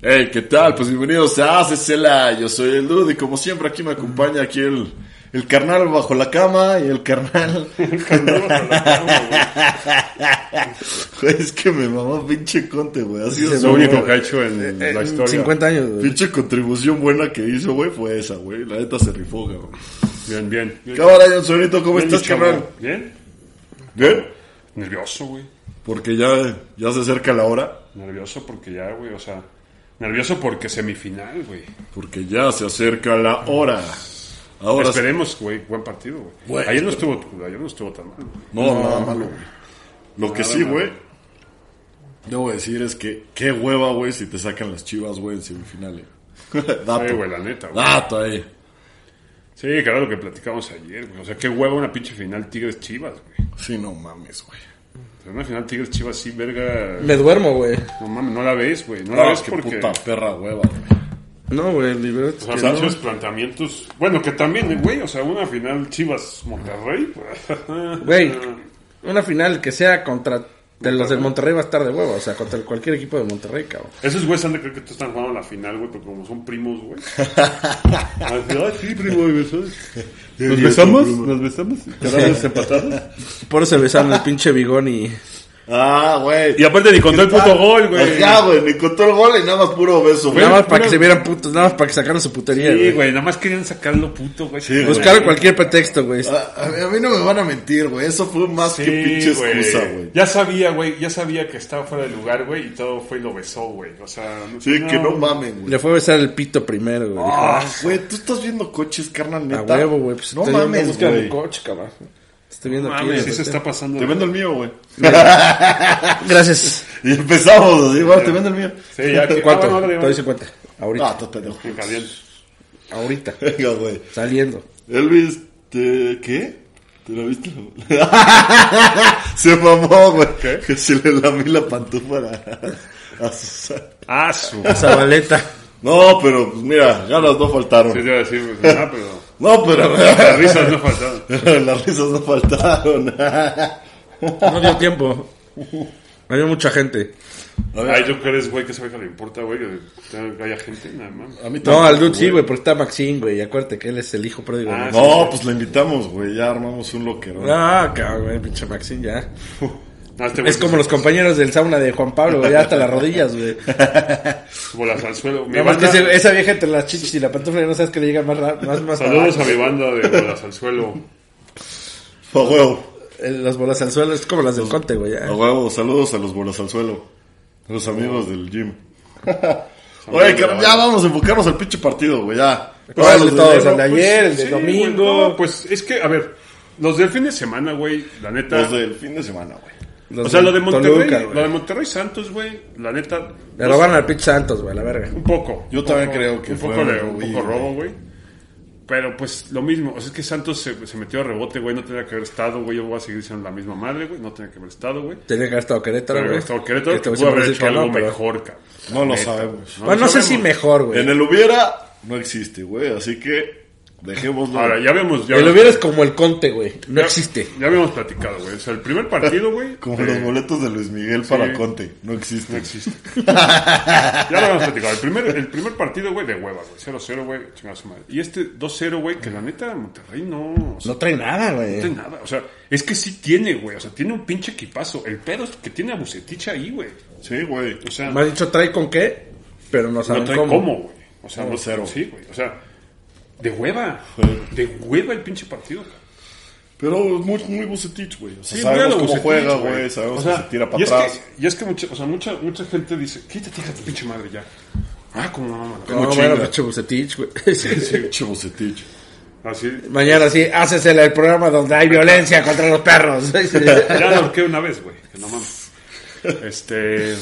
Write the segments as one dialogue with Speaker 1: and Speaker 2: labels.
Speaker 1: Hey, ¿qué tal? Pues bienvenidos a Hacesela. Yo soy el Dude y como siempre aquí me acompaña aquí el, el carnal bajo la cama y el carnal... Güey, es que me mamó pinche conte, güey. Ha sido
Speaker 2: Es
Speaker 1: su
Speaker 2: lo
Speaker 1: única-
Speaker 2: único que ha hecho en la
Speaker 1: en
Speaker 2: historia.
Speaker 3: 50 años, güey.
Speaker 1: Pinche contribución buena que hizo, güey, fue esa, güey. La neta se rifó, cabrón.
Speaker 2: Bien, bien. bien.
Speaker 1: ¿Qué onda, Johnsonito? ¿Cómo
Speaker 2: Bien,
Speaker 1: estás,
Speaker 2: mi chavo.
Speaker 1: carnal?
Speaker 2: Bien.
Speaker 1: ¿Bien?
Speaker 2: Nervioso, güey.
Speaker 1: Porque ya, ya se acerca la hora.
Speaker 2: Nervioso porque ya, güey, o sea... Nervioso porque semifinal, güey.
Speaker 1: Porque ya se acerca la hora. Ahora...
Speaker 2: Esperemos, güey, buen partido, güey.
Speaker 1: Güey,
Speaker 2: Ayer no estuvo, ayer no estuvo tan mal. güey.
Speaker 1: No, nada malo, güey. Lo que sí, güey. Debo decir es que qué hueva, güey, si te sacan las chivas, güey, en semifinales. Dato.
Speaker 2: Sí, güey, la neta, güey.
Speaker 1: Dato eh. ahí.
Speaker 2: Sí, claro, lo que platicamos ayer, güey. O sea, qué hueva una pinche final Tigres-Chivas, güey.
Speaker 1: Sí, no mames, güey.
Speaker 2: O sea, Una final Tigres-Chivas sí, verga...
Speaker 3: Me duermo, güey.
Speaker 2: No mames, no la ves, güey. No la
Speaker 1: Ah,
Speaker 2: ves
Speaker 1: qué
Speaker 2: porque...
Speaker 1: puta perra hueva, güey.
Speaker 3: No, güey, libre.
Speaker 2: O sea, muchos planteamientos... Bueno, que también, eh, güey, o sea, una final pues. Chivas-Monterrey...
Speaker 3: Güey,
Speaker 2: Ah.
Speaker 3: una final que sea contra de los del Monterrey va a estar de huevo, o sea, contra cualquier equipo de Monterrey, cabrón.
Speaker 2: Esos güeyes han de creer que tú están jugando la final, güey, porque como son primos, güey. Así, Ay, sí, primo, y besamos. ¿Nos besamos? ¿Nos besamos? ¿Quedamos empatados?
Speaker 3: Por eso se besaron el pinche Bigón y.
Speaker 1: Ah, güey.
Speaker 2: Y aparte ni contó el
Speaker 1: ¿Qué tal?
Speaker 2: puto gol, güey.
Speaker 1: Ajá, güey, ni contó el gol y nada más puro beso, güey.
Speaker 3: Nada más para que se vieran putos, nada más para que sacaran su putería,
Speaker 2: Sí,
Speaker 3: güey.
Speaker 2: güey, nada más querían sacarlo puto, güey.
Speaker 1: Sí, güey.
Speaker 3: Buscaron cualquier pretexto, güey.
Speaker 1: A, a mí- a mí no me van a mentir, güey. Eso fue más que pinche excusa, güey.
Speaker 2: Ya sabía, güey, ya sabía que estaba fuera de lugar, güey, y todo fue y lo besó, güey. O sea,
Speaker 1: Sí, que no mamen, güey.
Speaker 3: Le fue a besar el pito primero, güey. Dijo,
Speaker 1: Ah, güey, tú estás viendo coches, carnal,
Speaker 3: a
Speaker 1: neta.
Speaker 3: huevo, güey. Pues
Speaker 1: no
Speaker 3: estoy viendo
Speaker 1: mames,
Speaker 3: búsqueda de
Speaker 1: güey.
Speaker 3: un coche, cabrón. Estoy viendo aquí.
Speaker 2: Mames,
Speaker 3: la
Speaker 2: sí se
Speaker 3: neta.
Speaker 2: está pasando.
Speaker 1: Te vendo el mío, güey.
Speaker 3: Gracias.
Speaker 1: Y empezamos, igual te vendo el mío.
Speaker 2: Sí, ya que-
Speaker 3: ¿Cuánto?
Speaker 2: Ah, bueno,
Speaker 3: Te
Speaker 2: vale,
Speaker 3: doy
Speaker 2: vale.
Speaker 3: 50. Ahorita.
Speaker 1: Ah, tú pendejo.
Speaker 2: En caliente.
Speaker 3: Ahorita.
Speaker 1: Venga, güey.
Speaker 3: Saliendo.
Speaker 1: Elvis, ¿te... ¿qué? ¿Te lo viste? Se mamó, güey.
Speaker 2: ¿Qué?
Speaker 1: Que se le lamí la pantufla a, a Susana.
Speaker 2: Ah, su.
Speaker 3: Zabaleta.
Speaker 1: No, pero pues mira, ganas no faltaron.
Speaker 2: Sí, te iba a decir, pues, ah, pero.
Speaker 1: No, pero
Speaker 2: Las risas no faltaron.
Speaker 1: las risas no faltaron.
Speaker 3: No dio tiempo. Había mucha gente.
Speaker 2: Ay, yo que eres, güey, que esa vieja le importa, güey, que haya gente, nada más.
Speaker 1: A mí
Speaker 3: No,
Speaker 1: tampoco,
Speaker 3: al dude sí, güey, porque está Maxine, güey. y Acuérdate que él es el hijo pródigo.
Speaker 2: Ah,
Speaker 3: güey.
Speaker 1: No, pues la invitamos, güey. Ya armamos un loquerón.
Speaker 3: Ah, cabrón, güey, pinche Maxine, ya.
Speaker 2: No, este güey
Speaker 3: Es como los compañeros del sauna de Juan Pablo, güey, ya hasta las rodillas, güey.
Speaker 2: Bolas al suelo. Mi
Speaker 3: Nada más que
Speaker 2: banda,
Speaker 3: ese- esa vieja entre las chichis y la pantufla, ya no sabes que le llega más ra- más, más
Speaker 2: Saludos a
Speaker 3: abajo.
Speaker 2: mi banda de bolas al suelo.
Speaker 1: A huevo.
Speaker 3: Eh, Las bolas al suelo, es como las del Conte, güey. ya.
Speaker 1: A huevo. Saludos a los bolas al suelo. A los amigos del gym. Oye, cabrón, ya vamos a enfocarnos al pinche partido, güey. Ya. Pues,
Speaker 3: ¿Cuál
Speaker 1: Los
Speaker 3: de todos?
Speaker 1: enero,
Speaker 3: ¿El de ayer, el de
Speaker 2: Sí,
Speaker 3: domingo?
Speaker 2: güey, no, pues es que, a ver, los del fin de semana, güey, la neta.
Speaker 1: Los del fin de semana, güey.
Speaker 3: Los
Speaker 2: o sea, lo de
Speaker 3: Toluca,
Speaker 2: Monterrey,
Speaker 3: güey.
Speaker 2: lo de Monterrey Santos, güey, la neta.
Speaker 3: Le
Speaker 2: no
Speaker 3: robaron al pinche Santos, güey, la verga.
Speaker 2: Un poco.
Speaker 1: Yo
Speaker 2: un
Speaker 1: también
Speaker 2: poco,
Speaker 1: creo que
Speaker 2: un
Speaker 1: fue
Speaker 2: poco, de-
Speaker 1: algo,
Speaker 2: un
Speaker 1: güey.
Speaker 2: poco robo, güey. Pero pues lo mismo, o sea, es que Santos se, se metió a rebote, güey, no tenía que haber estado, güey, yo voy a seguir siendo la misma madre, güey, no tenía que haber estado, güey.
Speaker 3: Tenía que haber estado Querétaro,
Speaker 2: Pero
Speaker 3: güey.
Speaker 2: estado Querétaro,
Speaker 3: Que te
Speaker 2: pudo
Speaker 3: siempre
Speaker 2: haber
Speaker 3: dijo,
Speaker 2: hecho algo
Speaker 3: no, pero-
Speaker 2: mejor, cabrón.
Speaker 1: No lo
Speaker 2: Neta.
Speaker 1: sabemos.
Speaker 2: No
Speaker 3: Bueno,
Speaker 2: lo
Speaker 3: no sé si
Speaker 2: sabemos.
Speaker 3: mejor, güey.
Speaker 1: En el hubiera no existe, güey, así que dejémoslo.
Speaker 2: Ahora, ya vemos. Ya
Speaker 3: El
Speaker 2: vemos-
Speaker 3: hubiera es como el Conte, güey. No
Speaker 2: ya-
Speaker 3: existe.
Speaker 2: Ya habíamos platicado, güey. O sea, el primer partido, güey.
Speaker 1: Como
Speaker 2: eh,
Speaker 1: los boletos de Luis Miguel para Conte, no existe.
Speaker 2: No existe. ya lo habíamos platicado. El primer, el primer partido, güey, de hueva, güey. 0-0, güey. Chingada su madre. Y este 2-0, güey, que la neta, Monterrey no. o sea,
Speaker 3: No trae nada,
Speaker 2: no
Speaker 3: güey.
Speaker 2: tiene nada. O sea, es que sí tiene, güey. O sea, tiene un pinche equipazo. El pedo es que tiene a Bucetich ahí, güey.
Speaker 1: Sí, güey.
Speaker 2: O sea,
Speaker 3: Me has dicho trae con qué, pero no saben
Speaker 2: no trae
Speaker 3: cómo.
Speaker 2: cómo, güey. O sea,
Speaker 1: No,
Speaker 2: no
Speaker 1: cero.
Speaker 2: Sí, güey. O sea, de hueva.
Speaker 1: Sí.
Speaker 2: De hueva el pinche partido, cabrón.
Speaker 1: Pero es muy, muy Bucetich, güey. O sea,
Speaker 2: Sí,
Speaker 1: sabemos
Speaker 2: claro,
Speaker 1: cómo
Speaker 2: Bucetich,
Speaker 1: juega, güey, sabemos
Speaker 2: O sea,
Speaker 1: que se tira
Speaker 2: y
Speaker 1: para
Speaker 2: es
Speaker 1: atrás.
Speaker 2: que- y es que mucha, o sea, mucha, mucha gente dice, quítate hija de tu pinche madre ya. Ah, como no, man.
Speaker 1: Como
Speaker 3: No, bueno,
Speaker 1: chinga.
Speaker 3: pinche Bucetich, güey.
Speaker 1: Che Bucetich.
Speaker 2: Así.
Speaker 3: Mañana sí, haces el, el programa donde hay violencia contra los perros. Le
Speaker 2: Ya lo ahorqué una vez, güey. Que no mames. Este.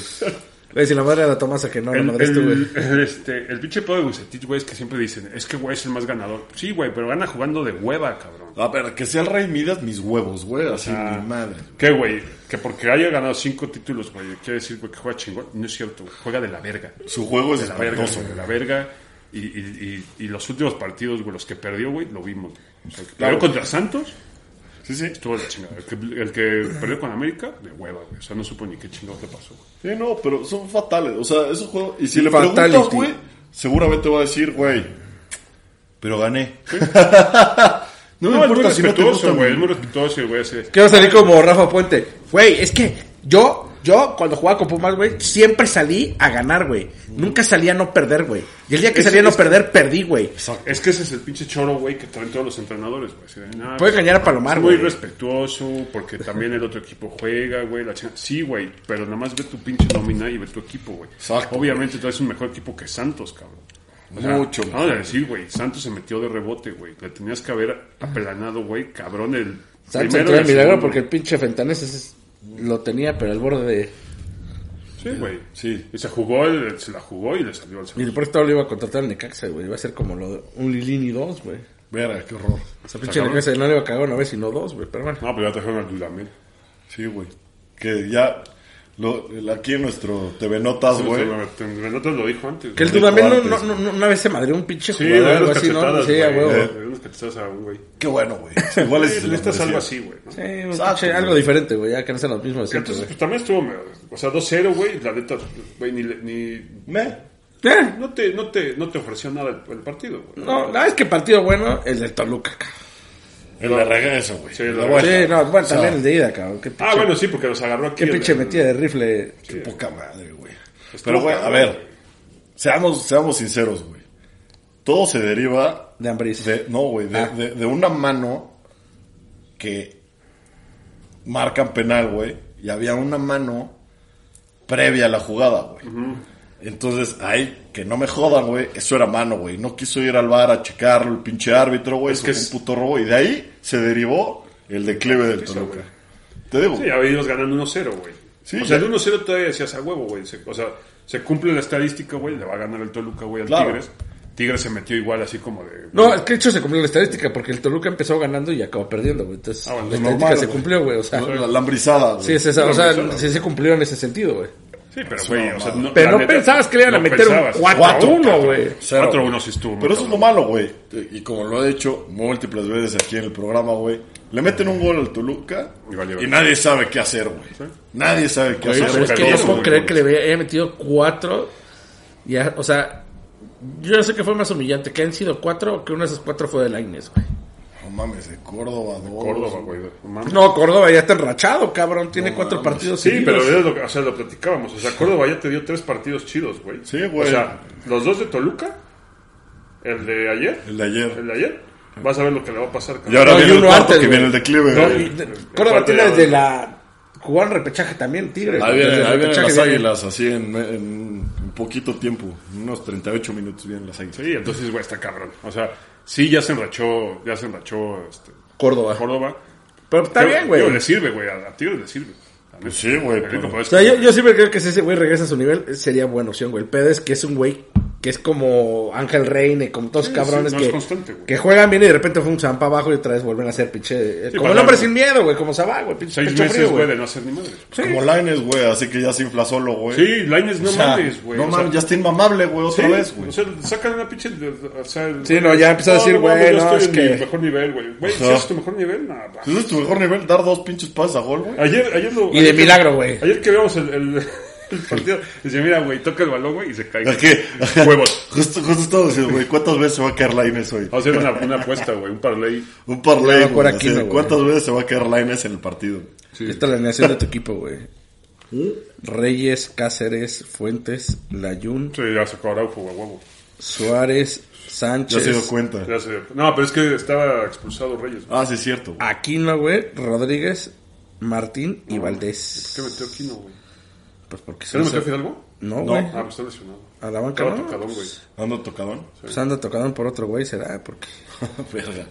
Speaker 3: dice la madre a la Tomasa que no, la
Speaker 2: El,
Speaker 3: madre es tú, güey.
Speaker 2: el- el, este, el pinche pedo de Bucetich, güey, es que siempre dicen, es que, güey, es el más ganador. Sí, güey, pero gana jugando de hueva, cabrón.
Speaker 1: A ver, que sea el rey Midas, mis huevos, güey. Así, mi madre.
Speaker 2: ¿Qué, güey? Que porque haya ganado cinco títulos, güey, quiere decir, güey, que juega chingón. No es cierto, güey, juega de la verga.
Speaker 1: Su juego es
Speaker 2: De la verga,
Speaker 1: espantoso.
Speaker 2: güey, de la verga. Y, y, y, y los últimos partidos, güey, los que perdió, güey, lo vimos. O sea, el que
Speaker 1: Claro.
Speaker 2: perdió contra Santos,
Speaker 1: Sí, sí.
Speaker 2: estuvo de chingada. El que, el que perdió con América, de hueva, güey. O sea, no supo ni qué chingados le pasó, güey.
Speaker 1: Sí, no, pero son fatales. O sea, esos juegos. Y si le
Speaker 3: Fatality.
Speaker 1: preguntas, güey, seguramente va a decir, güey, pero gané. no me
Speaker 2: No, es muy
Speaker 1: importa si no te gusta,
Speaker 2: respetuoso, güey.
Speaker 1: güey.
Speaker 2: Es muy respetuoso, el güey. así de-
Speaker 3: Quiero salir como Rafa Puente. Güey, es que yo, yo cuando jugaba con Pumas, güey, siempre salí a ganar, güey. Nunca salí a no perder, güey. Y el día que
Speaker 2: Es-
Speaker 3: salí a no
Speaker 2: es-
Speaker 3: perder, perdí, güey.
Speaker 2: Es que ese es el pinche choro, güey, que traen todos los entrenadores, güey. Así de, nah,
Speaker 3: Puede engañar a Palomar,
Speaker 2: es muy
Speaker 3: güey.
Speaker 2: respetuoso, porque también el otro equipo juega, güey. la chinga- Sí, güey, pero nada más ve tu pinche nómina y ve tu equipo, güey.
Speaker 1: Exacto,
Speaker 2: Obviamente traes un mejor equipo que Santos, cabrón.
Speaker 1: Mucho
Speaker 2: Vamos a decir, güey, Santos se metió de rebote, güey. Le tenías que haber aplanado, güey, cabrón, el
Speaker 3: Santos
Speaker 2: primero
Speaker 3: entró
Speaker 2: y
Speaker 3: de
Speaker 2: el
Speaker 3: milagro
Speaker 2: segundo.
Speaker 3: porque el pinche Fentanes ese es- lo tenía, pero al borde de...
Speaker 2: Sí, güey.
Speaker 1: Sí.
Speaker 2: Y se jugó, el- se la jugó y le salió al
Speaker 3: Y el portero lo iba a contratar al Necaxa, güey. Iba a ser como lo de un Lilini 2, güey.
Speaker 1: Verga, qué horror.
Speaker 3: O sea, pinche Necaxa no le iba a cagar una vez, sino dos, güey. Pero bueno.
Speaker 2: No, pero ya trajeron al Dudamel.
Speaker 1: Sí, güey. Que ya. Lo, el- aquí en nuestro TV Notas, güey.
Speaker 2: Nosotros lo dijo antes.
Speaker 3: Ah, Que el
Speaker 2: güey.
Speaker 3: Dudamel no,
Speaker 1: antes.
Speaker 3: no- no- una vez se madrió un pinche
Speaker 2: Sí, le
Speaker 3: jugador o
Speaker 2: dan
Speaker 3: algo
Speaker 2: unas
Speaker 3: así, ¿no?
Speaker 2: cachetadas,
Speaker 3: Sí, a
Speaker 2: güey. Eh.
Speaker 3: huevo.
Speaker 2: Le dan unas cachetadas a un güey.
Speaker 1: Qué bueno, güey. Igual es.
Speaker 2: Le estás algo
Speaker 1: merecía.
Speaker 2: así, güey. ¿no?
Speaker 3: Sí, un
Speaker 1: Exacto,
Speaker 3: pinche- algo
Speaker 1: güey.
Speaker 3: diferente, güey. Ya que no sean los mismos de siempre,
Speaker 2: Entonces, pues también estuvo, medio- o sea, 2-0, güey. La neta, güey, ni, le- ni
Speaker 1: Me.
Speaker 3: güey. Eh,
Speaker 2: no, te, no, te, no te ofreció nada el, el partido, güey.
Speaker 3: No, la verdad es que partido bueno el del Toluca, cabrón.
Speaker 1: El de regreso, güey.
Speaker 2: Sí, el de
Speaker 1: La
Speaker 2: regreso.
Speaker 3: Sí,
Speaker 1: vuelta.
Speaker 3: no, bueno,
Speaker 1: O sea,
Speaker 3: también el de ida, cabrón. Qué pinche,
Speaker 2: Ah, bueno, sí, porque nos agarró aquí.
Speaker 3: qué
Speaker 2: el-
Speaker 3: pinche
Speaker 2: el-
Speaker 3: metida de rifle.
Speaker 1: Qué poca madre, güey.
Speaker 2: Estuvo
Speaker 1: Pero, güey, a
Speaker 2: cabrón,
Speaker 1: ver. Seamos, seamos sinceros, güey. Todo se deriva
Speaker 3: De Ambriz.
Speaker 1: de- no, güey, de,
Speaker 3: Ah.
Speaker 1: de- de una mano que marcan penal, güey, y había una mano previa a la jugada, güey. Entonces, ay, que no me jodan, güey, eso era mano, güey. No quiso ir al bar a checarlo el pinche árbitro, güey, es
Speaker 2: que
Speaker 1: que es
Speaker 2: es-
Speaker 1: un puto robo. Y de ahí se derivó el declive del Toluca.
Speaker 2: güey.
Speaker 1: Te digo,
Speaker 2: Sí, ya veníamos ganando 1-0, güey.
Speaker 1: Sí,
Speaker 2: o sea,
Speaker 1: ya.
Speaker 2: el 1-0 todavía decías a huevo, güey. Se- O sea, se cumple la estadística, güey. Le va a ganar el Toluca, güey, al
Speaker 1: Claro.
Speaker 2: Tigres. Tigres se metió igual, así como de.
Speaker 3: No, es que de hecho se cumplió la estadística porque el Toluca empezó ganando y acabó perdiendo, güey. Entonces,
Speaker 2: Ah, bueno,
Speaker 3: la
Speaker 2: es
Speaker 3: estadística
Speaker 1: normal,
Speaker 3: se
Speaker 1: güey.
Speaker 3: cumplió, güey. O sea,
Speaker 1: la lambrizada, güey.
Speaker 3: sí, es esa, o
Speaker 2: normal.
Speaker 3: sea, sí se cumplió en ese sentido, güey.
Speaker 2: Sí, pero, güey, o sea,
Speaker 3: Pero
Speaker 2: la
Speaker 3: no
Speaker 2: neta,
Speaker 3: pensabas que le iban a
Speaker 2: no
Speaker 3: meter un
Speaker 2: pensabas.
Speaker 3: 4-1, güey.
Speaker 1: Cero.
Speaker 2: 4-1 sí estuvo. muy
Speaker 1: Pero eso es
Speaker 2: cabrón.
Speaker 1: lo malo, güey. Eh, Y como lo he dicho múltiples veces aquí en el programa, güey. Le meten un gol al Toluca
Speaker 2: Y vale, vale.
Speaker 1: y nadie sabe qué hacer, güey. Nadey sabe qué
Speaker 3: Oye,
Speaker 1: hacer.
Speaker 3: pero es que
Speaker 2: perdón,
Speaker 3: no puedo
Speaker 2: güey.
Speaker 3: creer que le había- haya metido cuatro. Ya, o sea, yo ya sé que fue más humillante, que han sido cuatro o que una de esas cuatro fue de Lainez, güey.
Speaker 1: No mames, de Córdoba, de
Speaker 2: Córdoba, güey. no mames.
Speaker 3: No, Córdoba ya está enrachado, cabrón. Tiene cuatro partidos
Speaker 2: Sí,
Speaker 3: seguidos.
Speaker 2: pero es lo, que- o sea, lo platicábamos. O sea, Córdoba ya te dio tres partidos chidos, güey.
Speaker 1: Sí, güey.
Speaker 2: O sea, los dos de Toluca, el de ayer,
Speaker 1: El de ayer.
Speaker 2: el de ayer, vas a ver lo que le va a pasar. cabrón.
Speaker 1: Y ahora
Speaker 3: No, y
Speaker 1: viene el
Speaker 3: uno
Speaker 1: cuarto
Speaker 3: antes,
Speaker 1: que
Speaker 3: güey.
Speaker 1: viene el declive,
Speaker 3: No,
Speaker 1: güey.
Speaker 3: y de- Córdoba tiene desde la... Jugaron repechaje también, Tigre.
Speaker 1: Ahí vienen,
Speaker 3: Desde
Speaker 1: ahí
Speaker 3: el
Speaker 1: vienen
Speaker 3: repechaje
Speaker 1: las
Speaker 3: de ahí.
Speaker 1: águilas, así en, en un poquito tiempo. En unos 38 minutos vienen las águilas.
Speaker 2: Sí, entonces, güey, está cabrón. O sea, sí, ya se enrachó, ya se enrachó este,
Speaker 3: Córdoba.
Speaker 2: Córdoba.
Speaker 3: Pero está
Speaker 2: Yo-
Speaker 3: bien, güey.
Speaker 2: yo Le sirve, güey. A, a Tigres le sirve. A mí-
Speaker 1: sí, güey,
Speaker 2: el
Speaker 1: pero-
Speaker 2: único
Speaker 3: O sea, yo, yo siempre creo que si ese güey regresa a su nivel, sería buena opción, güey. El pedo es que es un güey que es como Ángel Reine, como todos
Speaker 2: Sí,
Speaker 3: cabrones
Speaker 2: sí, no es constante,
Speaker 3: que,
Speaker 2: güey.
Speaker 3: que juegan bien y de repente fue un champa abajo y otra vez vuelven a ser pinche. eh, como el
Speaker 2: para-
Speaker 3: hombre sin miedo, güey, como Sabá, güey. Pinche
Speaker 2: Seis
Speaker 3: pecho
Speaker 2: meses,
Speaker 3: frío,
Speaker 2: güey,
Speaker 3: güey.
Speaker 2: de no hacer ni madre.
Speaker 1: Como Lines, güey, así que ya se infla solo, güey.
Speaker 2: Sí, Laines, no
Speaker 1: O sea,
Speaker 2: mames, güey.
Speaker 1: No
Speaker 2: O sea,
Speaker 1: mames, ya está inmamable, güey, otra
Speaker 2: Sí,
Speaker 1: vez, güey.
Speaker 2: O sea, sacan una pinche. O sea, el-
Speaker 3: Sí, no, ya empezó a decir,
Speaker 2: mames,
Speaker 3: güey,
Speaker 2: yo
Speaker 3: no,
Speaker 2: estoy
Speaker 3: es
Speaker 2: en mi
Speaker 3: que-
Speaker 2: mejor nivel, güey. Güey, si
Speaker 1: Ajá.
Speaker 2: es tu mejor nivel, nada.
Speaker 1: ¿Ese
Speaker 2: va.
Speaker 1: Pues es tu mejor nivel? ¿Dar dos pinches pases a gol, güey?
Speaker 2: Ayer, ayer lo.
Speaker 3: Y de
Speaker 2: ayer que-
Speaker 3: milagro, güey.
Speaker 2: Ayer que veamos el, el, el partido, dice, mira, güey, toca el balón, güey, y se cae.
Speaker 1: Es que,
Speaker 2: Huevos. Ah,
Speaker 1: Justo, justo estaba diciendo, güey, ¿cuántas veces se va a caer Laines hoy?
Speaker 2: Vamos a hacer una, una apuesta, güey, un parlay.
Speaker 1: Un
Speaker 3: Ya
Speaker 1: parlay,
Speaker 3: mejor
Speaker 1: güey.
Speaker 3: aquí
Speaker 1: así de,
Speaker 3: no, güey.
Speaker 1: ¿Cuántas veces se va a caer Laines en el partido?
Speaker 3: Esta es la alineación de tu equipo, güey. Reyes, Cáceres, Fuentes, Layún,
Speaker 2: Sí, ya sacó Araujo, güey, huevo.
Speaker 3: Suárez,
Speaker 1: Ya se dio
Speaker 3: Sánchez,
Speaker 1: cuenta.
Speaker 2: Ya se- No, pero es que estaba expulsado Reyes. güey.
Speaker 1: Ah, sí, es cierto. güey.
Speaker 3: Aquino, güey, Rodríguez, Martín y Valdés.
Speaker 2: ¿Qué metió Aquino, güey?
Speaker 3: Pues porque
Speaker 2: ¿Qué
Speaker 3: se
Speaker 2: le
Speaker 3: hizo-
Speaker 2: metió Fidalgo?
Speaker 3: No,
Speaker 2: No,
Speaker 3: güey.
Speaker 2: ah, pues está lesionado.
Speaker 3: A la banca,
Speaker 2: Estaba
Speaker 3: ¿no?
Speaker 2: tocadón, güey.
Speaker 1: ¿Ando tocadón?
Speaker 3: Pues anda tocado por otro güey, será, porque.
Speaker 1: Verga.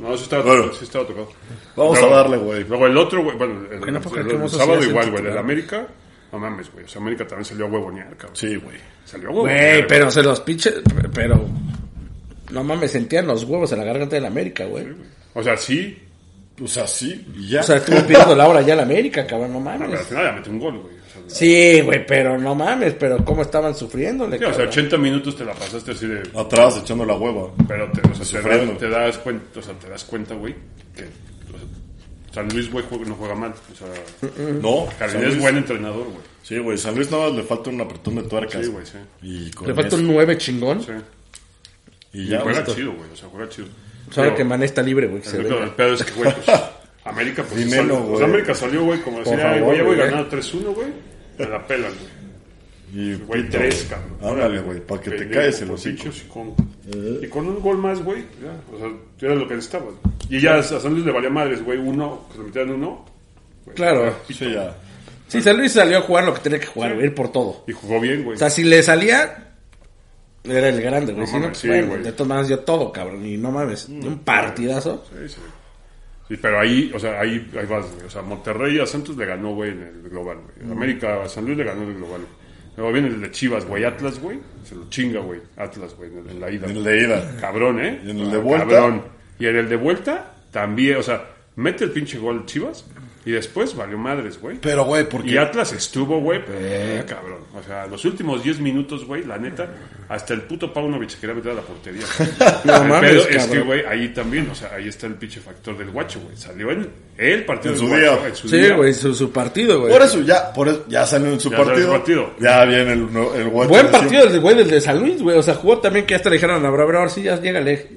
Speaker 2: No, sí estaba,
Speaker 1: Bueno.
Speaker 2: sí estaba tocado.
Speaker 1: Vamos
Speaker 2: Luego-
Speaker 1: a darle, güey.
Speaker 2: Luego el otro, güey. Bueno, el,
Speaker 3: Que no puedo
Speaker 2: el-
Speaker 3: creer que
Speaker 2: el
Speaker 3: Mozo
Speaker 2: sábado
Speaker 3: siga
Speaker 2: igual, güey.
Speaker 3: siendo
Speaker 2: El
Speaker 3: titular.
Speaker 2: América. No mames, güey. O sea, América también salió a huevonear, cabrón.
Speaker 1: Sí, güey.
Speaker 2: Salió a huevonear.
Speaker 3: Güey, pero se los pinches. Pero. No mames, sentían los huevos en la garganta del América, güey.
Speaker 2: O sea, sí.
Speaker 1: O sea, sí, y ya.
Speaker 3: O sea, estuvo pidiendo la hora ya al América, cabrón, no
Speaker 2: no, pero al
Speaker 3: mames.
Speaker 2: final ya metió un gol, güey. O sea,
Speaker 3: Sí, güey, pero no mames, pero cómo estaban sufriéndole,
Speaker 2: sí, o sea,
Speaker 3: cabrón.
Speaker 2: 80 minutos te la pasaste así de.
Speaker 1: Atrás echando la hueva.
Speaker 2: Pero te, o sea, te,
Speaker 1: Sufriendo.
Speaker 2: das, te das cuenta, o sea, te das cuenta, güey, que o sea, San Luis, güey, juega- no juega mal. O sea,
Speaker 1: No. San
Speaker 2: Carolina
Speaker 1: Luis-
Speaker 2: es buen entrenador, güey.
Speaker 1: Sí, güey. San Luis nada más le falta un apretón de tuercas.
Speaker 2: Sí, güey, sí.
Speaker 1: Y con
Speaker 3: Le falta
Speaker 1: eso-
Speaker 3: un 9 chingón.
Speaker 2: Sí.
Speaker 1: Y
Speaker 2: Y
Speaker 1: ya,
Speaker 2: juega
Speaker 1: güey.
Speaker 2: chido, güey, o sea, juega chido.
Speaker 3: Solo
Speaker 2: Pero-
Speaker 3: que Mané está libre, güey. que se
Speaker 2: El pedo-
Speaker 3: venga.
Speaker 2: el pedo es que, güey, pues, América, pues,
Speaker 1: Dímelo,
Speaker 2: salió- pues,
Speaker 1: güey.
Speaker 2: América salió, güey, como decir, ay,
Speaker 3: favor,
Speaker 2: güey, ya voy
Speaker 3: güey.
Speaker 2: ganando 3-1, güey, me la pelan, güey.
Speaker 1: Y
Speaker 2: Güey,
Speaker 1: pito,
Speaker 2: tres, cabrón.
Speaker 1: Ándale, güey, para que te
Speaker 2: Pendejo,
Speaker 1: caes el
Speaker 2: por
Speaker 1: hocico.
Speaker 2: pinche hocicón. Y con un gol más, güey, ya, o sea, era lo que necesitabas. Y ya a San Luis le valía madres, güey, uno, que se metían uno. güey,
Speaker 3: Claro.
Speaker 2: ya, pito.
Speaker 1: Sí, ya.
Speaker 3: Sí, San Luis salió a jugar lo que tenía que jugar, güey, ir por todo.
Speaker 2: Y jugó bien, güey.
Speaker 3: O sea, si le salía, era el grande, güey.
Speaker 2: No
Speaker 3: si no,
Speaker 2: mames,
Speaker 3: pues,
Speaker 2: sí,
Speaker 3: bueno,
Speaker 2: güey. Mm.
Speaker 3: de todas maneras dio todo, cabrón. Y no mames, un partidazo.
Speaker 2: Sí, sí. Sí, pero ahí, o sea, ahí, ahí vas, güey. O sea, Monterrey a Santos le ganó, güey, en el global, güey.
Speaker 1: Mm.
Speaker 2: América a San Luis le ganó en el global. Luego viene el de Chivas, güey, Atlas, güey. Se lo chinga, güey, Atlas, güey, en, el- en la ida.
Speaker 1: En el de ida.
Speaker 2: Cabrón, ¿eh?
Speaker 1: Y en el de vuelta.
Speaker 2: Cabrón. Y en el de vuelta también, o sea, mete el pinche gol Chivas y después valió madres, güey.
Speaker 1: Pero, güey, porque
Speaker 2: Y Atlas estuvo, güey, pero, eh, cabrón. O sea, los últimos 10 minutos, güey, la neta, hasta el puto Paunovic se quería meter a la portería.
Speaker 3: No
Speaker 2: el
Speaker 3: mames,
Speaker 2: pedo es
Speaker 3: cabrón.
Speaker 2: que, güey, ahí también, o sea, ahí está el pinche factor del guacho, güey. Salió en el partido
Speaker 1: En su
Speaker 2: del guacho,
Speaker 1: día.
Speaker 2: en su
Speaker 3: Sí,
Speaker 2: día.
Speaker 3: güey, su, su partido, güey.
Speaker 1: Por eso ya, por eso, ya salió en su
Speaker 2: Ya salió
Speaker 1: partido.
Speaker 2: en su partido.
Speaker 1: Ya viene el, no- el guacho
Speaker 3: Buen
Speaker 1: de
Speaker 3: partido
Speaker 1: siempre.
Speaker 3: el güey del de San Luis, güey. O sea, jugó también que hasta le dijeron a Bravero, ahora sí, ya llégale.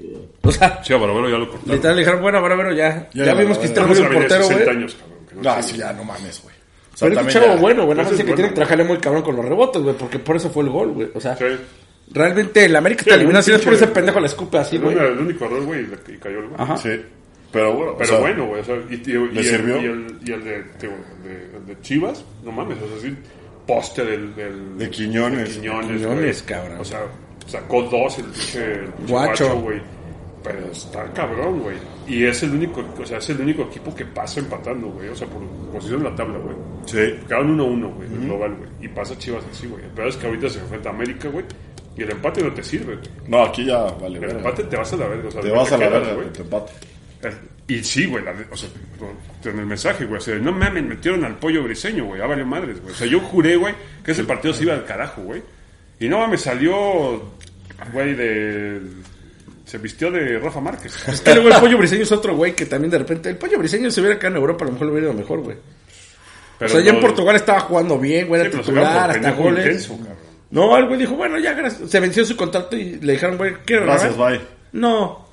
Speaker 3: O sea,
Speaker 2: Sí, a Barbero ya lo cortaron.
Speaker 3: literal le dijeron, bueno, Bravero, ya. Ya,
Speaker 1: Ya,
Speaker 3: vimos que
Speaker 1: ya,
Speaker 3: está
Speaker 1: ya.
Speaker 3: muy
Speaker 2: Barbero
Speaker 3: buen portero, güey.
Speaker 2: 60 años, cabrón. que no
Speaker 1: Ah,
Speaker 2: sé.
Speaker 1: sí, ya, no mames, güey. O sea,
Speaker 3: Pero es un
Speaker 1: también
Speaker 3: chavo
Speaker 1: ya-
Speaker 3: bueno, güey. Nada
Speaker 2: Ese
Speaker 3: más
Speaker 2: es
Speaker 3: dice que
Speaker 2: bueno,
Speaker 3: tiene que
Speaker 2: güey.
Speaker 3: trabajarle muy cabrón con los rebotes, güey. Porque por eso fue el gol, güey. O sea,
Speaker 2: Sí.
Speaker 3: realmente el América
Speaker 2: Sí,
Speaker 3: te elimina
Speaker 2: un
Speaker 3: así es por
Speaker 2: pinche-
Speaker 3: ese pendejo la escupe así,
Speaker 2: Era
Speaker 3: güey.
Speaker 2: el único error, güey, y le- y cayó el gol.
Speaker 3: Ajá.
Speaker 1: Sí. Pero bueno, o
Speaker 2: Pero
Speaker 1: sea,
Speaker 2: bueno, güey, o sea, y, y- y el,
Speaker 1: sirvió?
Speaker 2: y el- y el de, te digo, el de- el de Chivas, no mames, o sea, sí, poste del, del-
Speaker 1: De Quiñones.
Speaker 2: de Quiñones,
Speaker 3: De Quiñones,
Speaker 2: güey.
Speaker 3: cabrón.
Speaker 2: O sea, sacó dos el pinche el pinche
Speaker 3: Guacho.
Speaker 2: guacho, güey. Pero está cabrón, güey. Y es el único, o sea, es el único equipo que pasa empatando, güey. O sea, por posición en la tabla, güey.
Speaker 1: Sí.
Speaker 2: Quedaron 1-1, güey, el global, güey. Y pasa Chivas así, güey. Pero es que ahorita se enfrenta a América, güey. Y el empate no te sirve, güey.
Speaker 1: No, aquí ya vale.
Speaker 2: El
Speaker 1: verga.
Speaker 2: empate te vas a la verga. O sea,
Speaker 1: Te
Speaker 2: no
Speaker 1: vas a la
Speaker 2: quedas,
Speaker 1: verga,
Speaker 2: güey.
Speaker 1: güey, te empate.
Speaker 2: El- Eh, Y sí, güey, la- o sea, con- en el mensaje, güey, o sea, no mames, metieron al pollo briseño, güey, ya valió madres, güey. O sea, yo juré, güey, que ese partido se iba al carajo, güey. Y no mames, salió, güey, de... Se vistió de Rafa
Speaker 3: Es
Speaker 2: Márquez.
Speaker 3: que luego el pollo briseño es otro güey que también de repente. El pollo briseño, si hubiera acá en Europa, a lo mejor lo hubiera ido mejor, güey. O
Speaker 2: Pero
Speaker 3: sea, ya en
Speaker 2: no-
Speaker 3: Portugal estaba jugando bien, güey,
Speaker 2: Sí,
Speaker 3: era
Speaker 2: pero
Speaker 3: titular,
Speaker 2: sacaron por
Speaker 3: hasta
Speaker 2: pendejo
Speaker 3: goles.
Speaker 2: intenso, cabrón.
Speaker 3: no, el güey dijo, bueno, ya gracias. Se venció su contrato y le dijeron, güey, quiero
Speaker 1: Gracias, bye.
Speaker 3: No,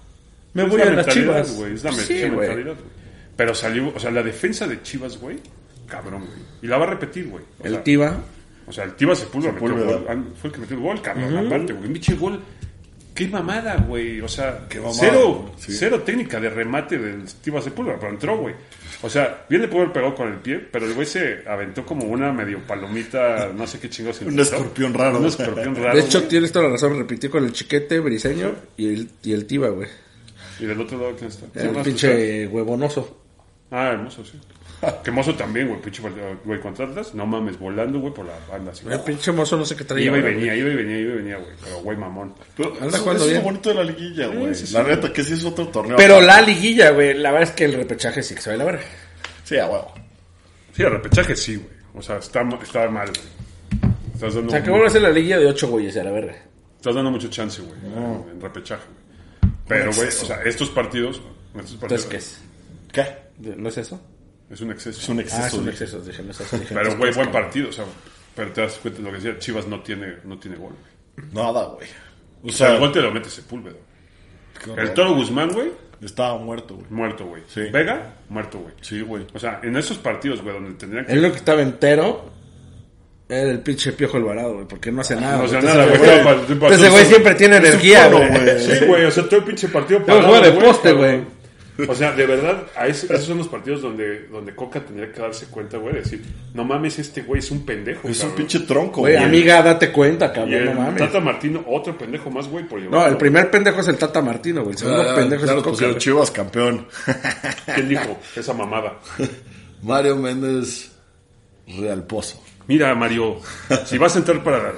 Speaker 3: me
Speaker 2: Es
Speaker 3: voy
Speaker 2: la
Speaker 3: a las
Speaker 2: mentalidad,
Speaker 3: chivas.
Speaker 2: güey, es la men-
Speaker 3: sí,
Speaker 2: esa
Speaker 3: güey.
Speaker 2: mentalidad, güey. Pero salió, o sea, la defensa de Chivas, güey, cabrón, güey. Y la va a repetir, güey. O
Speaker 3: El
Speaker 2: sea,
Speaker 3: Tiva.
Speaker 2: O sea, el Tiva Sepúlveda metió
Speaker 1: Sepúlveda.
Speaker 2: gol. Ah, Fue el que metió el gol, cabrón. Aparte, güey. Un pinche gol. Qué mamada, güey. O sea,
Speaker 1: mamada,
Speaker 2: cero,
Speaker 1: güey. Sí.
Speaker 2: cero técnica de remate del Tiva Sepúlveda, pero entró, güey. O sea, bien le pudo haber pegado con el pie, pero el güey se aventó como una medio palomita, no sé qué chingados. intentó.
Speaker 1: escorpión raro.
Speaker 2: Un escorpión raro.
Speaker 3: De hecho,
Speaker 2: güey.
Speaker 3: tienes toda la razón. Repitió con el chiquete briseño y el, y el Tiva, güey.
Speaker 2: y del otro lado, ¿quién está?
Speaker 3: El
Speaker 2: ¿Quién más está?
Speaker 3: pinche huevonoso.
Speaker 2: Ah, hermoso, sí. Que mozo también, güey. Pinche güey, contra Atlas, no mames, volando, güey, por la banda. Así,
Speaker 3: El pinche mozo no sé qué traía.
Speaker 2: iba y
Speaker 3: güey.
Speaker 2: venía, iba y venía, iba y venía, güey. Pero güey, mamón.
Speaker 1: Pero
Speaker 3: Anda
Speaker 1: eso,
Speaker 3: jugando
Speaker 1: eso es lo
Speaker 3: bien.
Speaker 1: bonito de la liguilla, güey.
Speaker 2: sí, sí,
Speaker 1: la
Speaker 2: güey.
Speaker 1: neta, que sí es otro torneo.
Speaker 3: Pero la liguilla, güey, la verdad es que el repechaje sí que se va a la verga.
Speaker 1: Sí, a huevo.
Speaker 2: Sí, el repechaje sí, güey. O sea, está, ma- está mal, güey. Estás dando,
Speaker 3: O sea, que vuelve a ser la liguilla de ocho güeyes a la verga.
Speaker 2: estás dando mucho chance, güey, en- en repechaje, güey. Pero, güey, o sea, estos partidos, estos partidos
Speaker 3: Entonces, ¿qué es?
Speaker 1: ¿Qué?
Speaker 3: ¿No es eso?
Speaker 2: es un exceso.
Speaker 1: Es un
Speaker 3: Ah, es
Speaker 1: exceso.
Speaker 3: un
Speaker 1: güey.
Speaker 3: exceso, dije, no es eso. dije,
Speaker 2: pero,
Speaker 3: entonces,
Speaker 2: güey,
Speaker 3: ¿qué
Speaker 2: buen
Speaker 3: es?
Speaker 2: partido, o sea, pero te das cuenta de lo que decía, Chivas no tiene, no tiene gol.
Speaker 1: Nada, güey. O
Speaker 2: O sea,
Speaker 1: sea,
Speaker 2: el gol te lo mete Sepúlveda.
Speaker 1: qué horror.
Speaker 2: El Toro Guzmán, güey,
Speaker 1: estaba muerto, güey.
Speaker 2: muerto, güey.
Speaker 1: Sí.
Speaker 2: Vega, muerto, güey.
Speaker 1: Sí, güey.
Speaker 2: O sea, en esos partidos, güey, donde tendrían que...
Speaker 3: El único que estaba entero era el pinche Piojo Alvarado, güey, porque no hace nada.
Speaker 2: Ah, No, o sea,
Speaker 3: Entonces,
Speaker 2: nada,
Speaker 3: güey,
Speaker 2: güey. Estaba-
Speaker 3: Entonces, güey, siempre tiene
Speaker 1: es un
Speaker 3: energía,
Speaker 1: palo,
Speaker 3: güey.
Speaker 1: güey.
Speaker 2: Sí, güey, o sea, todo el pinche partido
Speaker 3: Tengo que jugar de
Speaker 2: güey,
Speaker 3: poste,
Speaker 2: cabrón.
Speaker 3: güey.
Speaker 2: O sea, de verdad, a ese- esos son los partidos donde, donde Coca tendría que darse cuenta, güey, de decir, no mames, este güey es un pendejo.
Speaker 1: Es un
Speaker 2: cabrón".
Speaker 1: pinche tronco,
Speaker 3: Güey,
Speaker 1: güey.
Speaker 3: amiga, date cuenta,
Speaker 2: Y
Speaker 3: cabrón,
Speaker 2: el
Speaker 3: no mames.
Speaker 2: Tata Martino, otro pendejo más, güey, por llevar.
Speaker 3: No, el primer pendejo es el Tata Martino, güey. El segundo
Speaker 1: Ah,
Speaker 3: pendejo es
Speaker 1: claro,
Speaker 2: pues,
Speaker 3: el Coca.
Speaker 1: pusieron
Speaker 3: güey.
Speaker 1: Chivas campeón.
Speaker 2: ¿Quién dijo esa mamada?
Speaker 1: Mario Méndez Realpozo.
Speaker 2: Mira, Mario, si vas a entrar para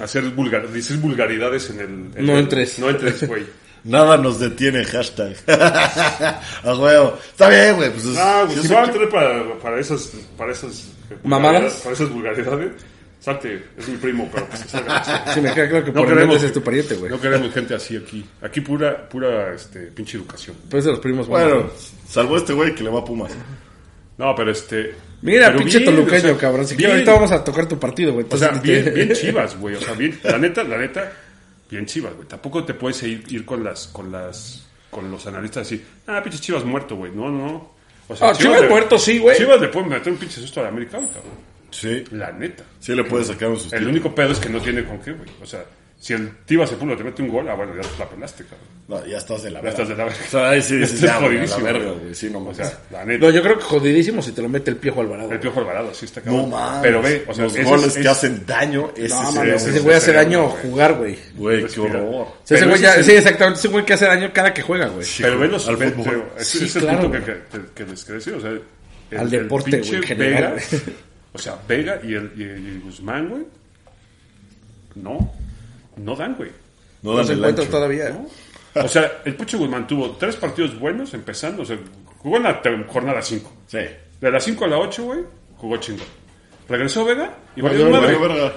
Speaker 2: hacer vulgar, dices vulgaridades en el... en
Speaker 3: No
Speaker 2: el-
Speaker 3: entres.
Speaker 2: No entres, güey.
Speaker 1: Nada nos detiene, hashtag. a huevo. Está bien, güey. Pues es-
Speaker 2: Ah, güey,
Speaker 1: yo
Speaker 2: si
Speaker 1: soy-
Speaker 2: vas a entrar para, para esas... Para esas eh,
Speaker 3: ¿Mamadas?
Speaker 2: Para esas vulgaridades, salte, es mi primo, pero que se salga.
Speaker 3: Sí, me queda claro que
Speaker 2: No
Speaker 3: por
Speaker 2: queremos,
Speaker 3: Hernández es tu pariente, güey.
Speaker 2: no queremos gente así aquí. Aquí pura, pura este, pinche educación.
Speaker 3: Pero es de los primos.
Speaker 1: Bueno,
Speaker 3: güey.
Speaker 1: salvo este güey que le va a Pumas.
Speaker 2: No, pero este...
Speaker 3: Mira,
Speaker 2: pero
Speaker 3: pinche
Speaker 2: bien,
Speaker 3: toluqueño,
Speaker 2: o sea,
Speaker 3: cabrón. Si
Speaker 2: bien.
Speaker 3: quieres, ahorita vamos a tocar tu partido, güey.
Speaker 2: O sea,
Speaker 3: Entonces, este,
Speaker 2: bien,
Speaker 3: te-
Speaker 2: bien chivas, güey. O sea, bien, la neta, la neta, bien chivas, güey. Tampoco te puedes ir, ir con las, con las, con los analistas y decir, ah, pinche chivas muerto, güey. No, no. O
Speaker 3: Ah, Chivas
Speaker 2: le-
Speaker 3: muerto, sí, güey.
Speaker 2: Chivas le pueden meter un pinche susto al americano, cabrón.
Speaker 1: Sí.
Speaker 2: La neta.
Speaker 1: Sí le puede sacar un susto.
Speaker 2: El único pedo es que no tiene con qué, güey. O sea, si el Tiva se pone, te mete un gol, ah, bueno, ya la pelaste, cabrón.
Speaker 1: No, ya estás de la verga.
Speaker 2: Ya estás de la verga.
Speaker 1: O sea, ahí sí
Speaker 2: Ya
Speaker 1: dices,
Speaker 2: estás
Speaker 1: ya, güey, a la
Speaker 2: jodidísimo,
Speaker 1: verga,
Speaker 2: güey.
Speaker 1: güey. Sí, no
Speaker 2: O
Speaker 1: mames.
Speaker 2: sea, la neta.
Speaker 3: No, yo creo que jodidísimo si te lo mete el piojo Alvarado.
Speaker 2: El
Speaker 3: güey.
Speaker 2: Piojo Alvarado, así está, cabrón.
Speaker 1: no mames.
Speaker 2: Pero ve, o sea,
Speaker 1: los
Speaker 2: ese
Speaker 1: goles
Speaker 2: es-
Speaker 1: que
Speaker 2: es-
Speaker 1: hacen daño, ese
Speaker 3: No,
Speaker 1: sí
Speaker 3: mames,
Speaker 1: es-
Speaker 2: sí,
Speaker 3: ese
Speaker 2: sí,
Speaker 3: güey
Speaker 2: sí,
Speaker 3: hace
Speaker 2: sí,
Speaker 3: daño
Speaker 2: güey.
Speaker 3: jugar, güey.
Speaker 1: Güey, qué
Speaker 2: Respira.
Speaker 1: horror.
Speaker 3: O sea,
Speaker 2: Pero
Speaker 3: ese güey
Speaker 2: ese
Speaker 3: ya,
Speaker 2: es
Speaker 3: sí,
Speaker 2: el-
Speaker 3: exactamente, ese güey que hace daño cada que juega, güey.
Speaker 2: Pero ve los
Speaker 1: al
Speaker 2: ve-
Speaker 1: fútbol.
Speaker 2: pero ese
Speaker 3: Sí,
Speaker 2: ese es el
Speaker 3: claro,
Speaker 2: punto que,
Speaker 3: güey.
Speaker 2: que- que- que les quería decir, o sea, el-
Speaker 3: Al
Speaker 2: el
Speaker 3: deporte, güey,
Speaker 2: pinche
Speaker 3: en general,
Speaker 2: Vega,
Speaker 3: güey.
Speaker 2: o sea, Vega y el, y el- y el Guzmán, güey, no, no dan, güey.
Speaker 1: No
Speaker 3: No
Speaker 1: dan
Speaker 3: se
Speaker 1: el
Speaker 3: encuentra
Speaker 1: ancho.
Speaker 3: todavía.
Speaker 2: ¿no? O sea, el Pucho Guzmán tuvo tres partidos buenos empezando, o sea, jugó en la te- jornada 5.
Speaker 1: Sí.
Speaker 2: De las 5 a la 8, güey, jugó chingón. Regresó Vega y valió
Speaker 1: Valió
Speaker 2: madre.
Speaker 1: verga.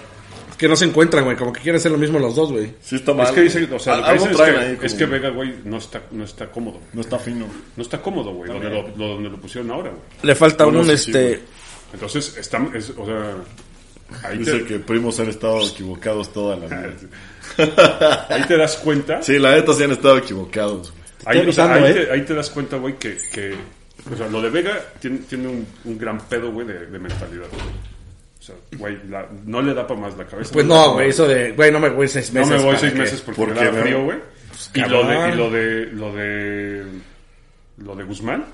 Speaker 3: Es que no se encuentran, güey. Como que quieren hacer lo mismo los dos, güey.
Speaker 1: Sí está mal.
Speaker 2: Es que dice, o sea, lo que
Speaker 1: Algo
Speaker 2: dicen es
Speaker 1: traen
Speaker 2: que-
Speaker 1: ahí
Speaker 2: es
Speaker 1: como-
Speaker 2: que Vega, güey, no está, no está cómodo.
Speaker 1: No está fino.
Speaker 2: No está cómodo, güey, donde lo, lo- donde lo pusieron ahora, güey.
Speaker 3: Le falta
Speaker 1: Bueno,
Speaker 3: un,
Speaker 1: sí, sí,
Speaker 3: este...
Speaker 2: Entonces, están, es- o sea, ahí
Speaker 1: Dice
Speaker 2: te,
Speaker 1: que primos han estado equivocados toda la vida.
Speaker 2: ahí te das cuenta.
Speaker 1: Sí, la neta sí han estado equivocados. güey.
Speaker 2: ahí,
Speaker 3: estoy
Speaker 2: o sea,
Speaker 3: gritando,
Speaker 2: ahí
Speaker 3: ¿eh?
Speaker 2: te, ahí te das cuenta, güey, que, que o sea, lo de Vega tiene, tiene un, un gran pedo, güey, de, de mentalidad, güey. O sea, güey, la- no le da para más la cabeza.
Speaker 3: Pues
Speaker 2: le da
Speaker 3: no,
Speaker 2: pa'
Speaker 3: güey,
Speaker 2: más.
Speaker 3: eso de... Güey, no me voy seis meses.
Speaker 2: No me voy
Speaker 3: ¿para
Speaker 2: seis
Speaker 3: qué?
Speaker 2: meses porque,
Speaker 1: ¿Por
Speaker 2: me
Speaker 1: qué,
Speaker 2: da
Speaker 1: no?
Speaker 2: frío, güey.
Speaker 3: Pues,
Speaker 2: y lo de, y
Speaker 3: cabrón.
Speaker 2: lo de, lo de, lo de Guzmán.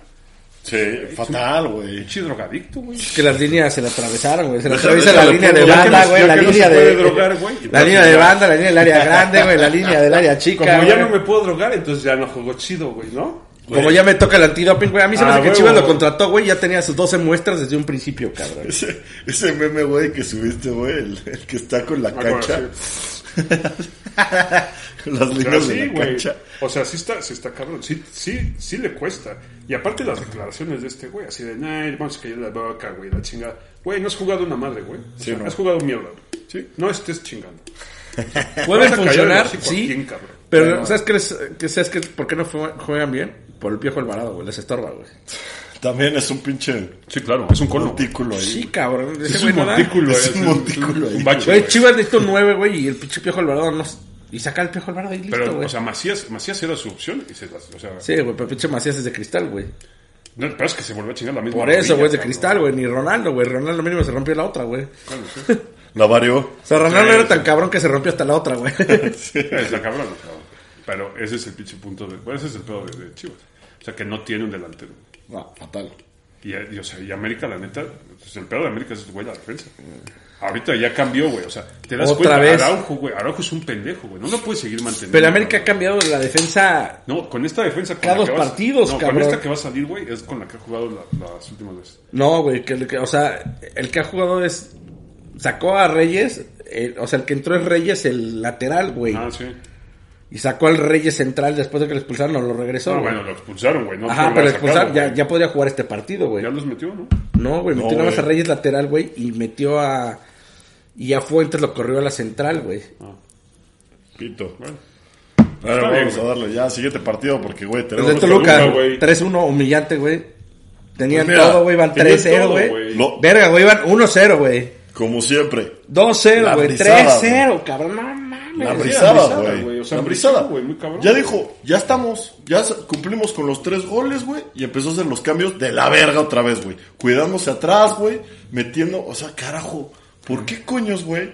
Speaker 1: Sí, fatal, güey.
Speaker 2: Pinche drogadicto, güey.
Speaker 3: Que las líneas se le atravesaron, güey. Se le
Speaker 1: Deja-
Speaker 3: atraviesa la
Speaker 1: déjale
Speaker 3: línea
Speaker 1: punto.
Speaker 3: de
Speaker 1: Ya que
Speaker 3: banda,
Speaker 2: no-
Speaker 3: güey.
Speaker 2: ya
Speaker 3: La
Speaker 2: que no se
Speaker 3: línea
Speaker 2: puede
Speaker 3: de.
Speaker 2: drogar, güey.
Speaker 3: La
Speaker 2: Entonces
Speaker 3: línea de
Speaker 2: ya-
Speaker 3: banda, la línea del área grande, güey. La línea del área chica.
Speaker 2: Como ya
Speaker 3: güey.
Speaker 2: no me puedo drogar, entonces ya no juego chido, güey, ¿no?
Speaker 3: Como ya me toca el antidoping, güey. A mí se me
Speaker 2: Ah,
Speaker 3: hace que
Speaker 2: huevo.
Speaker 3: Chivas lo contrató, güey. Ya tenía sus 12 muestras desde un principio, cabrón.
Speaker 1: Ese, ese meme, güey, que subiste, güey, el, el que está con la
Speaker 2: Ah, bueno,
Speaker 1: cancha. Con las
Speaker 2: Pero
Speaker 1: líneas
Speaker 2: sí,
Speaker 1: de la
Speaker 2: güey.
Speaker 1: cancha.
Speaker 2: O sea, sí está, sí está cabrón. Sí, sí, sí le cuesta. Y aparte las declaraciones de este güey, así de, nah, vamos a callar la boca, güey, la chingada. Güey, no has jugado una madre, güey. O sea,
Speaker 1: no.
Speaker 2: Has jugado mierda. güey. No estés chingando.
Speaker 3: Pueden
Speaker 2: Vas a
Speaker 3: funcionar,
Speaker 2: callar el hocico a
Speaker 3: sí.
Speaker 2: quien, cabrón.
Speaker 3: Pero, ¿sabes qué? les- que ¿Sabes qué? ¿Por qué no fue- juegan bien? Por el viejo Alvarado, güey. Les estorba, güey.
Speaker 1: También es un pinche
Speaker 2: Sí, claro, es un cono.
Speaker 1: montículo ahí.
Speaker 3: Sí, cabrón. Ese
Speaker 2: Es
Speaker 3: güey
Speaker 2: un
Speaker 3: no da.
Speaker 2: montículo,
Speaker 1: Es
Speaker 2: eh,
Speaker 1: un montículo ahí.
Speaker 2: Un bache,
Speaker 3: Güey,
Speaker 2: güey.
Speaker 3: Chivas necesitó un 9, güey. Y el pinche viejo Alvarado no. Y saca el viejo Alvarado y listo,
Speaker 2: Pero,
Speaker 3: güey.
Speaker 2: o sea, Macías, Macías era su opción. Y se las- o sea,
Speaker 3: Sí, güey, pero pinche Macías es de cristal, güey.
Speaker 2: no, pero es que se volvió a chingar la misma.
Speaker 3: Por eso,
Speaker 2: rodilla,
Speaker 3: güey, es de
Speaker 2: cabrón.
Speaker 3: cristal, güey. Ni Ronaldo, güey. Ronaldo mínimo se rompió la otra, güey. O
Speaker 1: La varió.
Speaker 3: sea, Ronaldo
Speaker 2: Sí,
Speaker 3: era
Speaker 2: sí.
Speaker 3: tan cabrón que se rompió hasta la otra, güey.
Speaker 2: Está cabrón, cabrón. Pero ese es el pinche punto de. Bueno, ese es el pedo de, de Chivas. O sea, que no tiene un delantero.
Speaker 1: No, fatal.
Speaker 2: Y, y, o sea, y América, la neta, pues, el pedo de América es, güey, la defensa. Ahorita ya cambió, güey. O sea, te das cuenta.
Speaker 3: Otra vez.
Speaker 2: Araujo, güey. Araujo es un pendejo, güey. No lo puedes seguir manteniendo.
Speaker 3: Pero América ha
Speaker 2: cabrón.
Speaker 3: cambiado la defensa.
Speaker 2: No, con esta defensa. Con
Speaker 3: Cada
Speaker 2: la que
Speaker 3: dos
Speaker 2: vas-
Speaker 3: partidos,
Speaker 2: no,
Speaker 3: cabrón.
Speaker 2: Con esta que va a salir, güey, es con la que ha jugado la- las últimas veces.
Speaker 3: No, güey, que, que- o sea, el que ha jugado es. Sacó a Reyes, eh, o sea, el que entró es Reyes el lateral, güey.
Speaker 2: Ah, sí.
Speaker 3: Y sacó al Reyes central después de que lo expulsaron, no lo regresó.
Speaker 2: No,
Speaker 3: güey.
Speaker 2: Ah, bueno, lo expulsaron, güey. No lo
Speaker 3: Ajá, pero
Speaker 2: había
Speaker 3: lo expulsaron,
Speaker 2: sacado,
Speaker 3: ya,
Speaker 2: güey.
Speaker 3: ya podía jugar este partido, güey.
Speaker 2: Ya los metió, ¿no?
Speaker 3: No, güey, metió
Speaker 1: No,
Speaker 3: nada más a
Speaker 1: güey.
Speaker 3: Reyes lateral, güey, y metió a. Y ya fue, entonces lo corrió a la central, güey.
Speaker 2: Ah.
Speaker 1: Pito.
Speaker 2: Bueno.
Speaker 1: Ahora
Speaker 2: bien,
Speaker 1: vamos
Speaker 2: güey.
Speaker 1: a darle ya siguiente partido porque, güey,
Speaker 3: Los
Speaker 1: tenemos...
Speaker 3: de Toluca,
Speaker 2: Toluca, güey.
Speaker 3: 3-1, humillante, güey. Tenían
Speaker 1: Pues mira,
Speaker 3: todo, güey, iban
Speaker 2: tenían
Speaker 3: 3-0,
Speaker 2: todo,
Speaker 3: güey.
Speaker 2: güey.
Speaker 1: Lo-
Speaker 3: Verga, güey, iban 1-0, güey.
Speaker 1: como siempre.
Speaker 3: 2-0,
Speaker 1: La
Speaker 3: güey.
Speaker 1: brisada,
Speaker 3: 3-0, cabrón. No mames.
Speaker 1: La
Speaker 2: Sí, la
Speaker 1: brisada,
Speaker 2: brisada,
Speaker 1: güey.
Speaker 2: güey, o sea,
Speaker 1: la
Speaker 2: brisada,
Speaker 1: brisada.
Speaker 2: güey, muy cabrón.
Speaker 1: ya dijo, ya estamos, ya sa- cumplimos con los tres goles, güey. Y empezó a hacer los cambios de la verga otra vez, güey. Cuidándose atrás, güey. Metiendo, o sea, carajo. ¿Por qué coños, güey?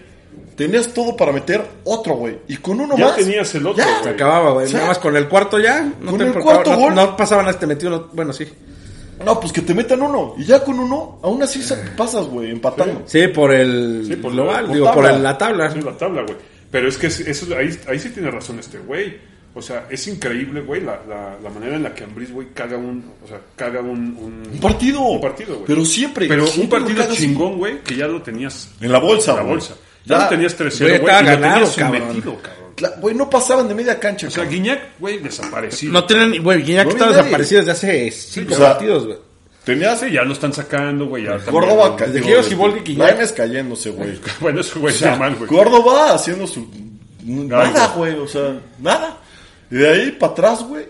Speaker 1: Tenías todo para meter otro, güey. Y con uno
Speaker 2: Ya
Speaker 1: más.
Speaker 2: tenías el otro,
Speaker 1: ya.
Speaker 3: Se
Speaker 2: güey.
Speaker 3: acababa, güey.
Speaker 1: O sea,
Speaker 3: Nada más con el cuarto ya. No
Speaker 1: con
Speaker 3: te
Speaker 1: el
Speaker 3: preocupaba,
Speaker 1: cuarto
Speaker 3: no-
Speaker 1: gol.
Speaker 3: No pasaban este metido. no- bueno, sí.
Speaker 1: No, pues que te metan uno. Y ya con uno, aún así sa-
Speaker 2: Eh.
Speaker 1: pasas, güey, empatando.
Speaker 3: Sí, por el
Speaker 2: Sí, por
Speaker 3: global,
Speaker 2: la-
Speaker 3: digo,
Speaker 1: por
Speaker 3: por
Speaker 1: tabla.
Speaker 3: el- la tabla.
Speaker 2: en la tabla, güey. Pero es que es- eso, ahí, ahí sí tiene razón este güey. O sea, es increíble, güey, la, la, la manera en la que Ambris, güey, caga un. O sea, caga un. Un,
Speaker 1: Un partido.
Speaker 2: Un partido, güey.
Speaker 1: Pero siempre.
Speaker 2: Pero un
Speaker 1: siempre lo
Speaker 2: partido
Speaker 1: cagas.
Speaker 2: chingón, güey, que ya lo tenías.
Speaker 1: En la bolsa,
Speaker 2: En la
Speaker 1: güey. Ah,
Speaker 2: bolsa. Ya,
Speaker 1: Ya,
Speaker 2: lo tenías 3-0,
Speaker 3: güey,
Speaker 2: güey.
Speaker 3: estaba
Speaker 2: y lo tenías
Speaker 3: ganado, cabrón.
Speaker 2: sometido, cabrón.
Speaker 1: Cla- Güey, no pasaban de media cancha.
Speaker 2: O sea,
Speaker 1: cabrón.
Speaker 2: Guiñac, güey, desaparecido.
Speaker 3: No tienen, ni- güey,
Speaker 1: No
Speaker 3: ya que
Speaker 1: vi
Speaker 3: estaba
Speaker 1: nadie.
Speaker 3: desaparecido desde hace cinco
Speaker 1: o sea,
Speaker 3: partidos, güey.
Speaker 1: tenías
Speaker 2: Sí, ya lo están sacando, güey. ya también,
Speaker 1: Córdoba
Speaker 2: güey.
Speaker 1: cayendo.
Speaker 3: que llegó Siboldi, que ya-
Speaker 1: este, cayéndose, güey.
Speaker 2: Bueno, eso, güey,
Speaker 1: O
Speaker 2: es
Speaker 1: sea,
Speaker 2: normal, güey.
Speaker 1: Córdoba haciendo su. Nada, güey. O sea, nada. Y de ahí para atrás, güey.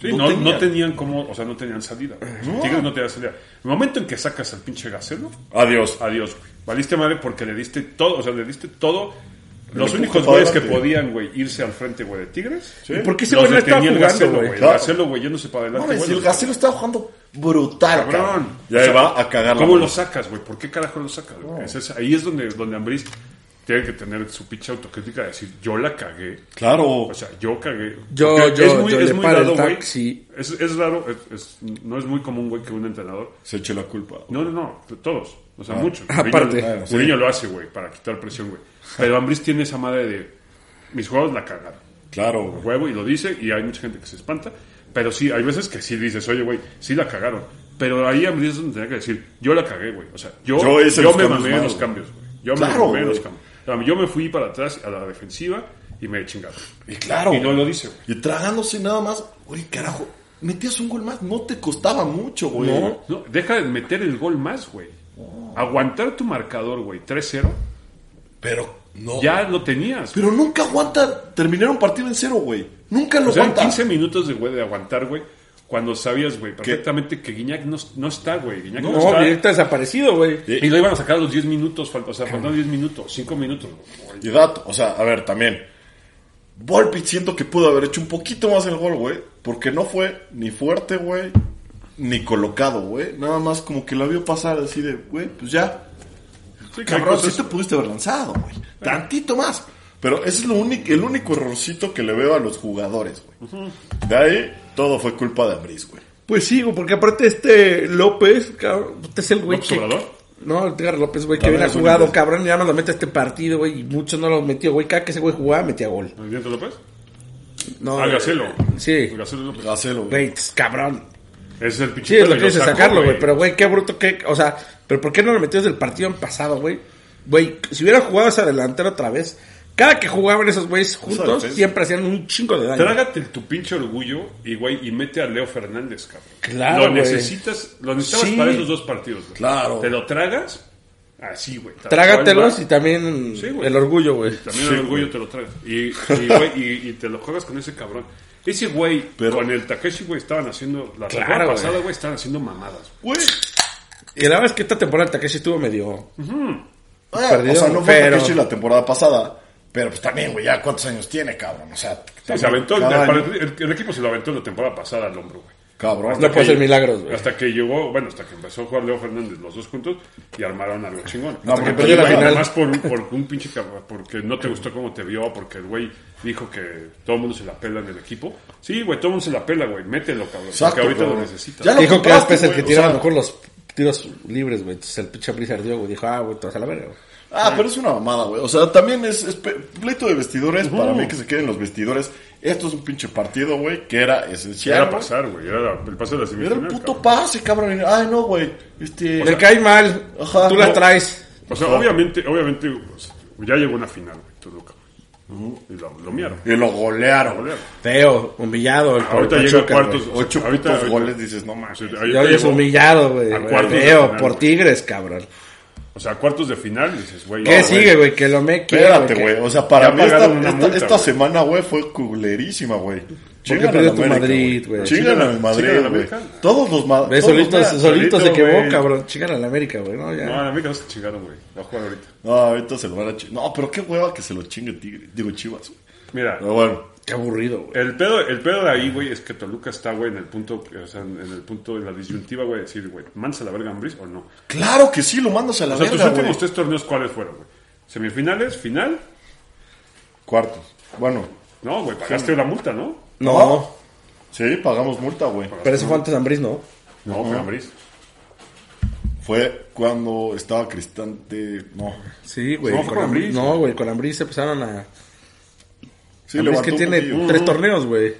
Speaker 2: Sí, no, no tenían.
Speaker 1: tenía.
Speaker 2: como, o sea, no tenían salida. güey.
Speaker 1: No.
Speaker 2: Tigres no tenía salida. El momento en que sacas al pinche Gacelo,
Speaker 1: Adiós.
Speaker 2: adiós, güey. Valiste madre porque le diste todo, o sea, le diste todo. Los
Speaker 1: Le
Speaker 2: únicos
Speaker 1: empujó
Speaker 2: güeyes que
Speaker 1: para adelante.
Speaker 2: podían, güey, irse al frente, güey, de Tigres.
Speaker 1: Sí.
Speaker 2: ¿Y
Speaker 3: por qué ese
Speaker 2: los
Speaker 3: güey no estaba
Speaker 2: detenía el
Speaker 3: jugando,
Speaker 2: Gacelo,
Speaker 3: güey?
Speaker 2: güey? El
Speaker 1: Claro.
Speaker 2: Gacelo, güey, yéndose para
Speaker 1: No,
Speaker 2: adelante,
Speaker 1: mames,
Speaker 2: güey.
Speaker 1: el
Speaker 2: los-
Speaker 1: Gacelo estaba jugando brutal,
Speaker 2: Cabrón.
Speaker 1: cabrón.
Speaker 2: O
Speaker 1: Ya
Speaker 2: sea,
Speaker 1: va a cagar la
Speaker 2: ¿Cómo
Speaker 1: mano.
Speaker 2: lo sacas, güey? ¿Por qué carajo lo sacas? güey? Es esa- ahí es donde, donde Ambriz tiene que tener su pinche autocrítica de decir, yo la cagué.
Speaker 1: Claro.
Speaker 2: O sea, yo cagué.
Speaker 3: Yo-
Speaker 2: Porque
Speaker 3: yo- yo le paro el
Speaker 2: güey.
Speaker 3: taxi.
Speaker 2: Es, es raro, es- es- no es muy común, güey, que un entrenador.
Speaker 1: Se eche la culpa.
Speaker 2: No, no, no, todos. O sea,
Speaker 1: Ah,
Speaker 2: muchos.
Speaker 3: aparte.
Speaker 2: Mourinho-
Speaker 1: Claro, sí.
Speaker 2: Mourinho lo hace, güey, para quitar presión, güey. Pero Ambris tiene esa madre de. Mis jugadores la cagaron.
Speaker 1: Claro,
Speaker 2: a
Speaker 1: güey.
Speaker 2: Huevo, y lo dice, y hay mucha gente que se espanta. Pero sí, hay veces que sí dices, oye, güey, sí la cagaron. Pero ahí Ambris es donde tenía que decir, yo la cagué, güey. O sea, yo,
Speaker 1: Yo
Speaker 2: yo,
Speaker 1: hice los
Speaker 2: me
Speaker 1: cambios
Speaker 2: mamé en
Speaker 1: malos,
Speaker 2: los cambios, güey. Yo
Speaker 1: Claro,
Speaker 2: me mamé en
Speaker 1: güey.
Speaker 2: los cambios. O sea, Yo me fui para atrás a la defensiva y me chingaron.
Speaker 1: Y claro.
Speaker 2: Y no lo dice, güey.
Speaker 1: Y tragándose nada más. Güey, carajo. Metías un gol más. No te costaba mucho, güey. Oh.
Speaker 2: No, no, deja de meter el gol más, güey. Aguantar tu marcador, güey, 3-0,
Speaker 1: Pero no.
Speaker 2: ya lo tenías.
Speaker 1: Pero nunca aguanta terminar un partido en cero, güey. Nunca lo
Speaker 2: o sea, eran
Speaker 1: aguanta.
Speaker 2: 15 minutos de, güey, de aguantar, güey, cuando sabías, güey, perfectamente que Guiñac no, no está, güey. Guiñac no,
Speaker 3: No,
Speaker 2: está.
Speaker 3: directo desaparecido, güey.
Speaker 2: Y lo iban a sacar a los 10 minutos, fal- o sea, faltaban 10 minutos, 5 minutos, güey.
Speaker 1: Y dato, o sea, a ver, también. Volpi siento que pudo haber hecho un poquito más el gol, güey. Porque no fue ni fuerte, güey. Ni colocado, güey. Nada más como que lo vio pasar así de, güey, pues ya.
Speaker 2: Sí, que hay
Speaker 1: Cabrón,
Speaker 2: cosas-
Speaker 1: sí te pudiste haber lanzado, güey. Tantito más. Pero ese es lo único, el único errorcito que le veo a los jugadores, güey. De ahí, todo fue culpa de Ambriz, güey.
Speaker 3: Pues sí, güey, porque aparte este López, cabrón, este es el güey
Speaker 2: ¿López
Speaker 3: que...
Speaker 2: Obrador?
Speaker 3: No, Edgar López, güey, que
Speaker 1: A ver,
Speaker 3: bien ha
Speaker 1: es un
Speaker 3: jugado,
Speaker 1: inglés.
Speaker 3: cabrón, ya no lo mete a este partido, güey, y muchos no lo metió, güey, cada que ese güey jugaba metía gol.
Speaker 2: ¿Vicente López?
Speaker 3: No,
Speaker 2: Ah,
Speaker 3: güey.
Speaker 2: Gacelo.
Speaker 3: Sí,
Speaker 2: Gacelo López.
Speaker 1: Gacelo, güey.
Speaker 3: güey, tss, cabrón.
Speaker 2: Ese es el pinche.
Speaker 3: Sí, es lo
Speaker 2: pedo,
Speaker 3: que
Speaker 2: y
Speaker 3: dice
Speaker 2: sacó,
Speaker 3: sacarlo, güey, pero güey, qué bruto que, o sea, pero ¿por qué no lo metió desde el partido pasado, güey? Güey, si hubiera jugado esa delantera otra vez, cada que jugaban esos güeyes juntos,
Speaker 1: defensa.
Speaker 3: siempre hacían un chingo de daño.
Speaker 2: Trágate tu pinche orgullo y, güey, y mete a Leo Fernández, cabrón.
Speaker 3: Claro,
Speaker 2: Lo
Speaker 3: güey.
Speaker 2: necesitas, lo necesitabas
Speaker 3: Sí.
Speaker 2: para esos dos partidos, güey.
Speaker 1: Claro.
Speaker 2: Te lo tragas, así, güey. tal
Speaker 3: Trágatelos y
Speaker 2: cual,
Speaker 3: también
Speaker 2: Sí, güey.
Speaker 3: el orgullo, güey.
Speaker 2: va. También el orgullo te lo tragas. Y, y, güey, y- y te lo juegas con ese cabrón. Ese güey,
Speaker 1: Pero-
Speaker 2: con el Takeshi, güey, estaban haciendo. La
Speaker 3: Claro,
Speaker 2: temporada
Speaker 3: güey.
Speaker 2: pasada, güey, estaban haciendo mamadas.
Speaker 1: Güey.
Speaker 3: Y la verdad es que esta temporada el Takeshi estuvo medio...
Speaker 1: Ah,
Speaker 3: Perdido,
Speaker 1: o sea, no fue
Speaker 3: pero-
Speaker 1: Takeshi la temporada pasada. Pero pues también, güey, ya cuántos años tiene, cabrón. O sea,
Speaker 2: Sí, se aventó. El,
Speaker 1: cada año-
Speaker 2: el- el equipo se lo aventó la temporada pasada al hombro, güey.
Speaker 1: Cabrón.
Speaker 3: No puede
Speaker 2: que-
Speaker 3: ser milagros, güey.
Speaker 2: Hasta que llegó, bueno, hasta que empezó a jugar Leo Fernández los dos juntos y armaron algo chingón.
Speaker 1: No, porque
Speaker 2: Y,
Speaker 1: perdió la
Speaker 2: güey,
Speaker 3: final.
Speaker 2: Además, por, por un pinche cabrón, porque no te gustó cómo te vio, porque el güey dijo que todo el mundo se la pela en el equipo. Sí, güey, todo el mundo se la pela, güey, mételo, cabrón.
Speaker 1: Exacto,
Speaker 2: porque ahorita
Speaker 1: cabrón.
Speaker 2: lo necesitas.
Speaker 1: Ya lo
Speaker 3: Dijo que
Speaker 1: compraste,
Speaker 3: Aspe es el
Speaker 1: güey,
Speaker 3: que
Speaker 1: o
Speaker 3: tiraba
Speaker 1: sea-
Speaker 3: mejor los tiros libres, güey. Entonces el pinche Blizzard dio, güey. Dijo, ah, güey, te vas a la verga, güey.
Speaker 1: Ah, pero es una mamada, güey. O sea, también es, es pe- pleito de vestidores. Para mí que se queden los vestidores. Esto es un pinche partido, güey, que era esencial.
Speaker 2: Era
Speaker 1: güey.
Speaker 2: pasar, güey, era la- el pase de la
Speaker 1: Era
Speaker 2: semifinal.
Speaker 1: el puto
Speaker 2: cabrón.
Speaker 1: pase, cabrón. Ay, no, güey. Este...
Speaker 3: Le cae mal.
Speaker 1: Ajá.
Speaker 3: Tú las
Speaker 1: No.
Speaker 3: traes.
Speaker 2: O sea, obviamente, obviamente, pues, ya llegó una final, güey, Toluca. güey. Y lo, lo miaron.
Speaker 1: Y lo golearon, güey.
Speaker 2: golearon.
Speaker 3: Feo, humillado. El
Speaker 2: Ahorita
Speaker 3: por
Speaker 2: llega a
Speaker 3: Pachuca,
Speaker 2: cuartos.
Speaker 3: güey.
Speaker 1: Ocho
Speaker 2: ahorita-
Speaker 1: putos
Speaker 2: ahorita-
Speaker 1: goles, dices, no mames.
Speaker 2: Sí,
Speaker 3: Ya
Speaker 2: ahorita
Speaker 3: hoy es
Speaker 2: llegó-
Speaker 3: humillado, güey.
Speaker 2: a cuartos de
Speaker 3: Feo,
Speaker 2: final,
Speaker 3: por
Speaker 2: güey.
Speaker 3: Tigres, cabrón.
Speaker 2: O sea, cuartos de final, dices, güey.
Speaker 3: ¿Qué
Speaker 2: no,
Speaker 3: sigue, güey? Que lo me quiere,
Speaker 1: Espérate,
Speaker 3: que-
Speaker 1: güey. O sea, para
Speaker 2: Ya
Speaker 1: mí esta,
Speaker 2: pagaron una
Speaker 1: esta-
Speaker 2: multa,
Speaker 1: esta
Speaker 2: güey.
Speaker 1: semana, güey, fue culerísima, güey. Chingan
Speaker 3: perdió
Speaker 1: a
Speaker 3: tu
Speaker 1: la América,
Speaker 3: Madrid, güey?
Speaker 1: Chingan a mi
Speaker 2: Chingan a
Speaker 1: Madrid,
Speaker 2: la
Speaker 1: güey.
Speaker 2: América.
Speaker 1: Todos los ma-
Speaker 3: Ve,
Speaker 1: todos los
Speaker 3: solito,
Speaker 1: ma-
Speaker 3: solito, se
Speaker 2: solito,
Speaker 3: quemó,
Speaker 2: güey.
Speaker 3: cabrón. Chican a la América, güey, ¿no? Ya.
Speaker 2: No, a América no se chingaron, güey. Va a jugar ahorita.
Speaker 1: No, ahorita se lo van a chingar. No, pero qué hueva que se lo chingue Tigre. Digo, Chivas, güey.
Speaker 2: Mira,
Speaker 1: Pero bueno.
Speaker 3: Qué aburrido, güey.
Speaker 2: el pedo, el pedo de ahí, güey, es que Toluca está, güey, en el punto, o sea, en el punto, en la disyuntiva, güey, de decir, güey, ¿mandas a la verga a Ambriz o no?
Speaker 1: Claro que sí, lo mandas a la
Speaker 2: O sea, tus
Speaker 1: verga, güey.
Speaker 2: últimos tres torneos, ¿cuáles fueron, güey? Semifinales, final.
Speaker 1: Cuartos. Bueno,
Speaker 2: No, güey, pagaste la multa, ¿no?
Speaker 3: No.
Speaker 1: Sí, pagamos multa, güey.
Speaker 3: Pero eso fue antes de Ambriz, ¿no?
Speaker 2: No, fue Ambriz.
Speaker 1: Fue cuando estaba Cristante. No.
Speaker 3: Sí, güey.
Speaker 2: No, fue con Ambriz.
Speaker 3: No, güey, con Ambriz se empezaron a...
Speaker 1: Sí,
Speaker 3: Ambriz
Speaker 1: levantó
Speaker 3: que
Speaker 1: un
Speaker 3: tiene
Speaker 1: poquillo.
Speaker 3: tres torneos, güey.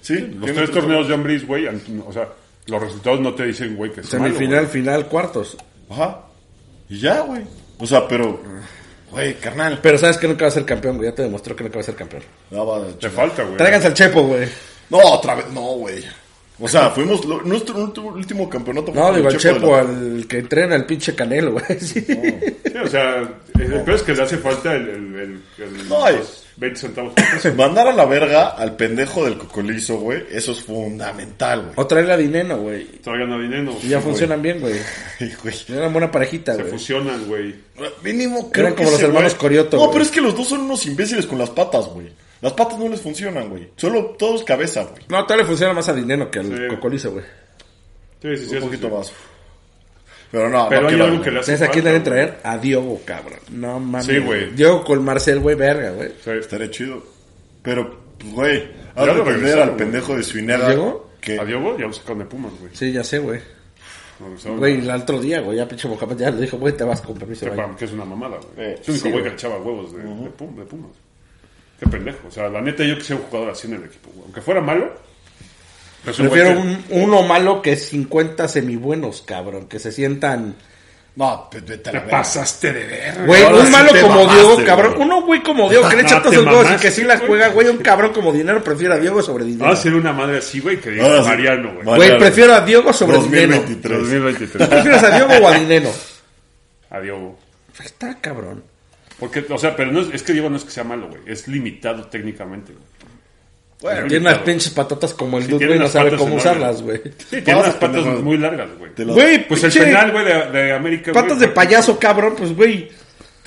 Speaker 1: Sí,
Speaker 2: Los
Speaker 1: tiene
Speaker 2: tres torneos de Ambriz, güey, an- o sea, los resultados no te dicen, güey, que es malo,
Speaker 3: Semifinal, final, cuartos.
Speaker 1: Ajá. Y ya, güey. O sea, pero. Güey, carnal.
Speaker 3: Pero sabes que nunca va a ser campeón, güey. Ya te demostró que nunca va a ser campeón.
Speaker 1: Daba de
Speaker 2: güey. Te falta, güey.
Speaker 3: Tráiganse al Chepo, güey.
Speaker 1: No, otra vez, no, güey. O sea, fuimos. lo- nuestro ultu- último campeonato fue
Speaker 3: No,
Speaker 1: con
Speaker 3: digo al
Speaker 1: el Chepo
Speaker 3: Chepo,
Speaker 1: de la-
Speaker 3: al que entrena al pinche Canelo, güey. Sí.
Speaker 2: Sí, o sea, el peor es que le hace falta el, el, el- el-
Speaker 1: No,
Speaker 2: los 20 centavos por peso.
Speaker 1: Mandar a la verga al pendejo del cocolizo, güey. Eso es fundamental,
Speaker 3: O traerle a Dineno, güey.
Speaker 2: Traigan a dinero.
Speaker 3: Y ya funcionan bien, güey.
Speaker 1: güey. Güey.
Speaker 3: Eran buena parejita,
Speaker 2: Se
Speaker 3: güey.
Speaker 2: fusionan, güey.
Speaker 1: Mínimo creo
Speaker 3: Eran
Speaker 1: que
Speaker 3: como los
Speaker 1: ese
Speaker 3: hermanos
Speaker 1: güey-
Speaker 3: Corioto,
Speaker 1: No,
Speaker 3: güey.
Speaker 1: pero es que los dos son unos imbéciles con las patas, güey. Las patas no les funcionan, güey. Solo todos cabeza, güey.
Speaker 3: No, tal le funciona más a Dineno que al
Speaker 2: Sí.
Speaker 3: Cocolizo, güey.
Speaker 2: Sí, sí, sí,
Speaker 1: Un
Speaker 2: eso
Speaker 1: poquito
Speaker 2: sí.
Speaker 1: más. Pero no,
Speaker 2: Pero
Speaker 1: no
Speaker 2: hay
Speaker 1: queda,
Speaker 2: algo
Speaker 1: güey.
Speaker 2: que le hace
Speaker 3: ¿Sabes a quién
Speaker 2: falta,
Speaker 3: deben traer? A Diogo, cabrón. No mames.
Speaker 2: Sí, güey.
Speaker 3: Diogo con Marcel, güey, verga, güey.
Speaker 2: güey. Sí.
Speaker 1: Estaría chido. Pero, pues, güey,
Speaker 2: Ya
Speaker 1: haz
Speaker 2: lo
Speaker 1: de entender
Speaker 2: regresaron,
Speaker 1: al pendejo de Suinega.
Speaker 3: ¿Llegó?
Speaker 1: Que,
Speaker 2: A Diogo ya lo sacaron de Pumas, güey.
Speaker 3: Sí, ya sé, güey.
Speaker 2: Lo regresaron
Speaker 3: Güey, el otro día, güey, ya pinche Mohamed ya le dijo, güey, te vas con permiso,
Speaker 2: a-
Speaker 3: güey.
Speaker 2: Que es una mamada, güey.
Speaker 1: Eh,
Speaker 2: Es el único
Speaker 1: sí,
Speaker 2: güey
Speaker 1: güey.
Speaker 2: que echaba huevos de, de Pum- de Pumas. Qué pendejo. O sea, la neta, yo que sea un jugador así en el equipo, güey. Aunque fuera malo. pero es un güey
Speaker 3: Prefiero
Speaker 2: que-
Speaker 3: un, uno malo que 50 semibuenos, cabrón. Que se sientan...
Speaker 1: no, pues, vete a la
Speaker 2: Te
Speaker 1: verga.
Speaker 2: pasaste de ver.
Speaker 3: Güey,
Speaker 1: Ahora
Speaker 3: un
Speaker 1: sí
Speaker 3: malo
Speaker 1: te
Speaker 3: como
Speaker 1: mamaste,
Speaker 3: Diego,
Speaker 1: güey.
Speaker 3: cabrón. Uno güey como Diego que le echa
Speaker 2: No,
Speaker 3: todos
Speaker 2: te
Speaker 3: los huevos y
Speaker 2: mamaste,
Speaker 3: que sí la
Speaker 2: güey.
Speaker 3: juega, güey. Un cabrón como Dinero prefiero a Diego sobre Dinero.
Speaker 2: Va a ser una madre así, güey, que diga
Speaker 1: Ahora sí.
Speaker 2: Mariano, güey.
Speaker 1: Ah, Vale.
Speaker 3: Güey, prefiero a Diogo sobre Dinero.
Speaker 1: 2023.
Speaker 2: 2023.
Speaker 3: ¿Prefieres a Diogo o a Dinero?
Speaker 2: Adiós. güey.
Speaker 3: Está cabrón.
Speaker 2: Porque, o sea, pero no es, es que Diego no es que sea malo, güey. Es limitado técnicamente, güey.
Speaker 1: Bueno,
Speaker 3: Tiene unas pinches patotas como el dude,
Speaker 2: tiene
Speaker 3: güey, no
Speaker 2: unas
Speaker 3: sabe
Speaker 2: patas
Speaker 3: cómo
Speaker 2: enormes.
Speaker 3: usarlas, güey.
Speaker 2: Sí, tiene unas
Speaker 1: Patas,
Speaker 2: patas
Speaker 1: pendejo.
Speaker 2: muy largas, güey.
Speaker 1: Te lo-
Speaker 3: Güey,
Speaker 2: Pues el
Speaker 3: pinche
Speaker 2: penal, güey, de, de América. güey,
Speaker 3: Patas de
Speaker 2: fue-
Speaker 3: payaso, cabrón, pues, güey.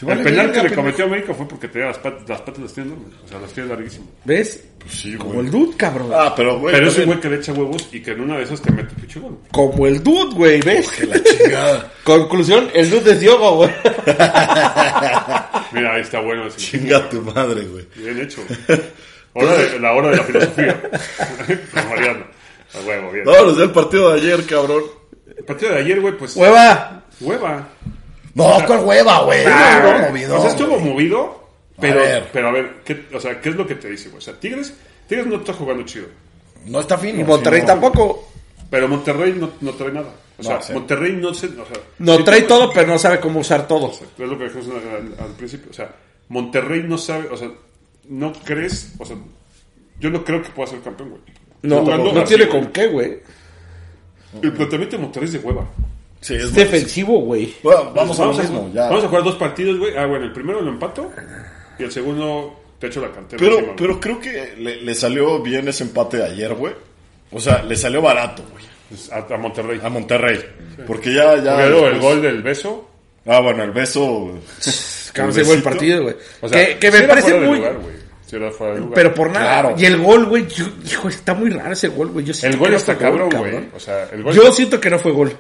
Speaker 2: El
Speaker 1: vale
Speaker 2: penal
Speaker 1: verga,
Speaker 2: que le
Speaker 1: pendejo.
Speaker 2: cometió a América fue porque tenía las patas, las patas las tiene enormes. O sea, las tiene larguísimas.
Speaker 3: ¿Ves?
Speaker 1: sí,
Speaker 3: Como
Speaker 1: güey.
Speaker 3: el dude, cabrón.
Speaker 1: Ah, pero, güey.
Speaker 2: Pero es un
Speaker 1: también-
Speaker 2: güey que le echa huevos y que en una de esas te mete pinche gol.
Speaker 3: Como el dude, güey, ¿ves?
Speaker 1: La chingada.
Speaker 3: Conclusión, el dude es Diogo, güey.
Speaker 2: Mira, ahí está bueno. así.
Speaker 1: Chinga tu madre, güey.
Speaker 2: Bien hecho. Hora de- la hora de la filosofía. Con Mariano. A huevo, bien.
Speaker 1: No, los del partido de ayer, cabrón.
Speaker 2: El partido de ayer, güey, pues.
Speaker 3: Hueva.
Speaker 2: Hueva.
Speaker 1: No, cuál hueva, güey.
Speaker 2: Ah,
Speaker 1: No, no, movido.
Speaker 2: O sea, estuvo movido, pero,
Speaker 1: A ver.
Speaker 2: pero a ver, ¿qué, o sea, ¿qué es lo que te dice, güey? O sea, Tigres, Tigres no está jugando chido,
Speaker 1: No está fino.
Speaker 3: Y Monterrey
Speaker 1: sí, no.
Speaker 3: tampoco.
Speaker 2: pero Monterrey no, no trae nada. O sea,
Speaker 1: No, sí.
Speaker 2: Monterrey no se... O sea,
Speaker 3: No
Speaker 2: si
Speaker 3: trae
Speaker 2: tú-
Speaker 3: todo, pero no sabe cómo usar todo.
Speaker 2: Es lo que dijimos al, al principio. O sea, Monterrey no sabe, o sea, no crees, o sea, yo no creo que pueda ser campeón, güey.
Speaker 3: No,
Speaker 2: Jugando
Speaker 3: no
Speaker 2: así,
Speaker 3: tiene
Speaker 2: güey.
Speaker 3: con qué, güey.
Speaker 2: El planteamiento de Monterrey es de hueva.
Speaker 1: Sí, es
Speaker 3: Es
Speaker 1: bueno.
Speaker 3: defensivo, güey.
Speaker 1: Bueno, vamos a lo
Speaker 2: a,
Speaker 1: mismo, ya.
Speaker 2: Pues vamos a jugar dos partidos, güey. Ah, bueno, el primero lo empato y el segundo te echo la cantera.
Speaker 1: Pero,
Speaker 2: encima, güey.
Speaker 1: pero creo que le, le salió bien ese empate de ayer, güey. O sea, le salió barato, güey.
Speaker 2: Pues A, a Monterrey.
Speaker 1: A Monterrey. Porque ya, ya.
Speaker 2: Porque luego el
Speaker 3: pues.
Speaker 1: después-
Speaker 2: gol del beso.
Speaker 1: Ah, bueno, el beso.
Speaker 3: Cabrón, se fue el
Speaker 1: Pobrecito.
Speaker 3: partido, güey.
Speaker 2: O sea,
Speaker 3: que, que
Speaker 2: sí
Speaker 3: me
Speaker 2: era
Speaker 3: parece
Speaker 2: fuera de
Speaker 3: muy...
Speaker 2: lugar, güey. Sí era fuera de lugar.
Speaker 3: Pero por nada.
Speaker 1: Claro.
Speaker 3: Y el gol, güey, yo- hijo, está muy raro ese gol, güey. Yo siento
Speaker 2: El
Speaker 3: que
Speaker 2: gol
Speaker 3: no
Speaker 2: está
Speaker 3: fue gol,
Speaker 2: cabrón, güey. O sea, el gol.
Speaker 3: Yo siento que no fue gol.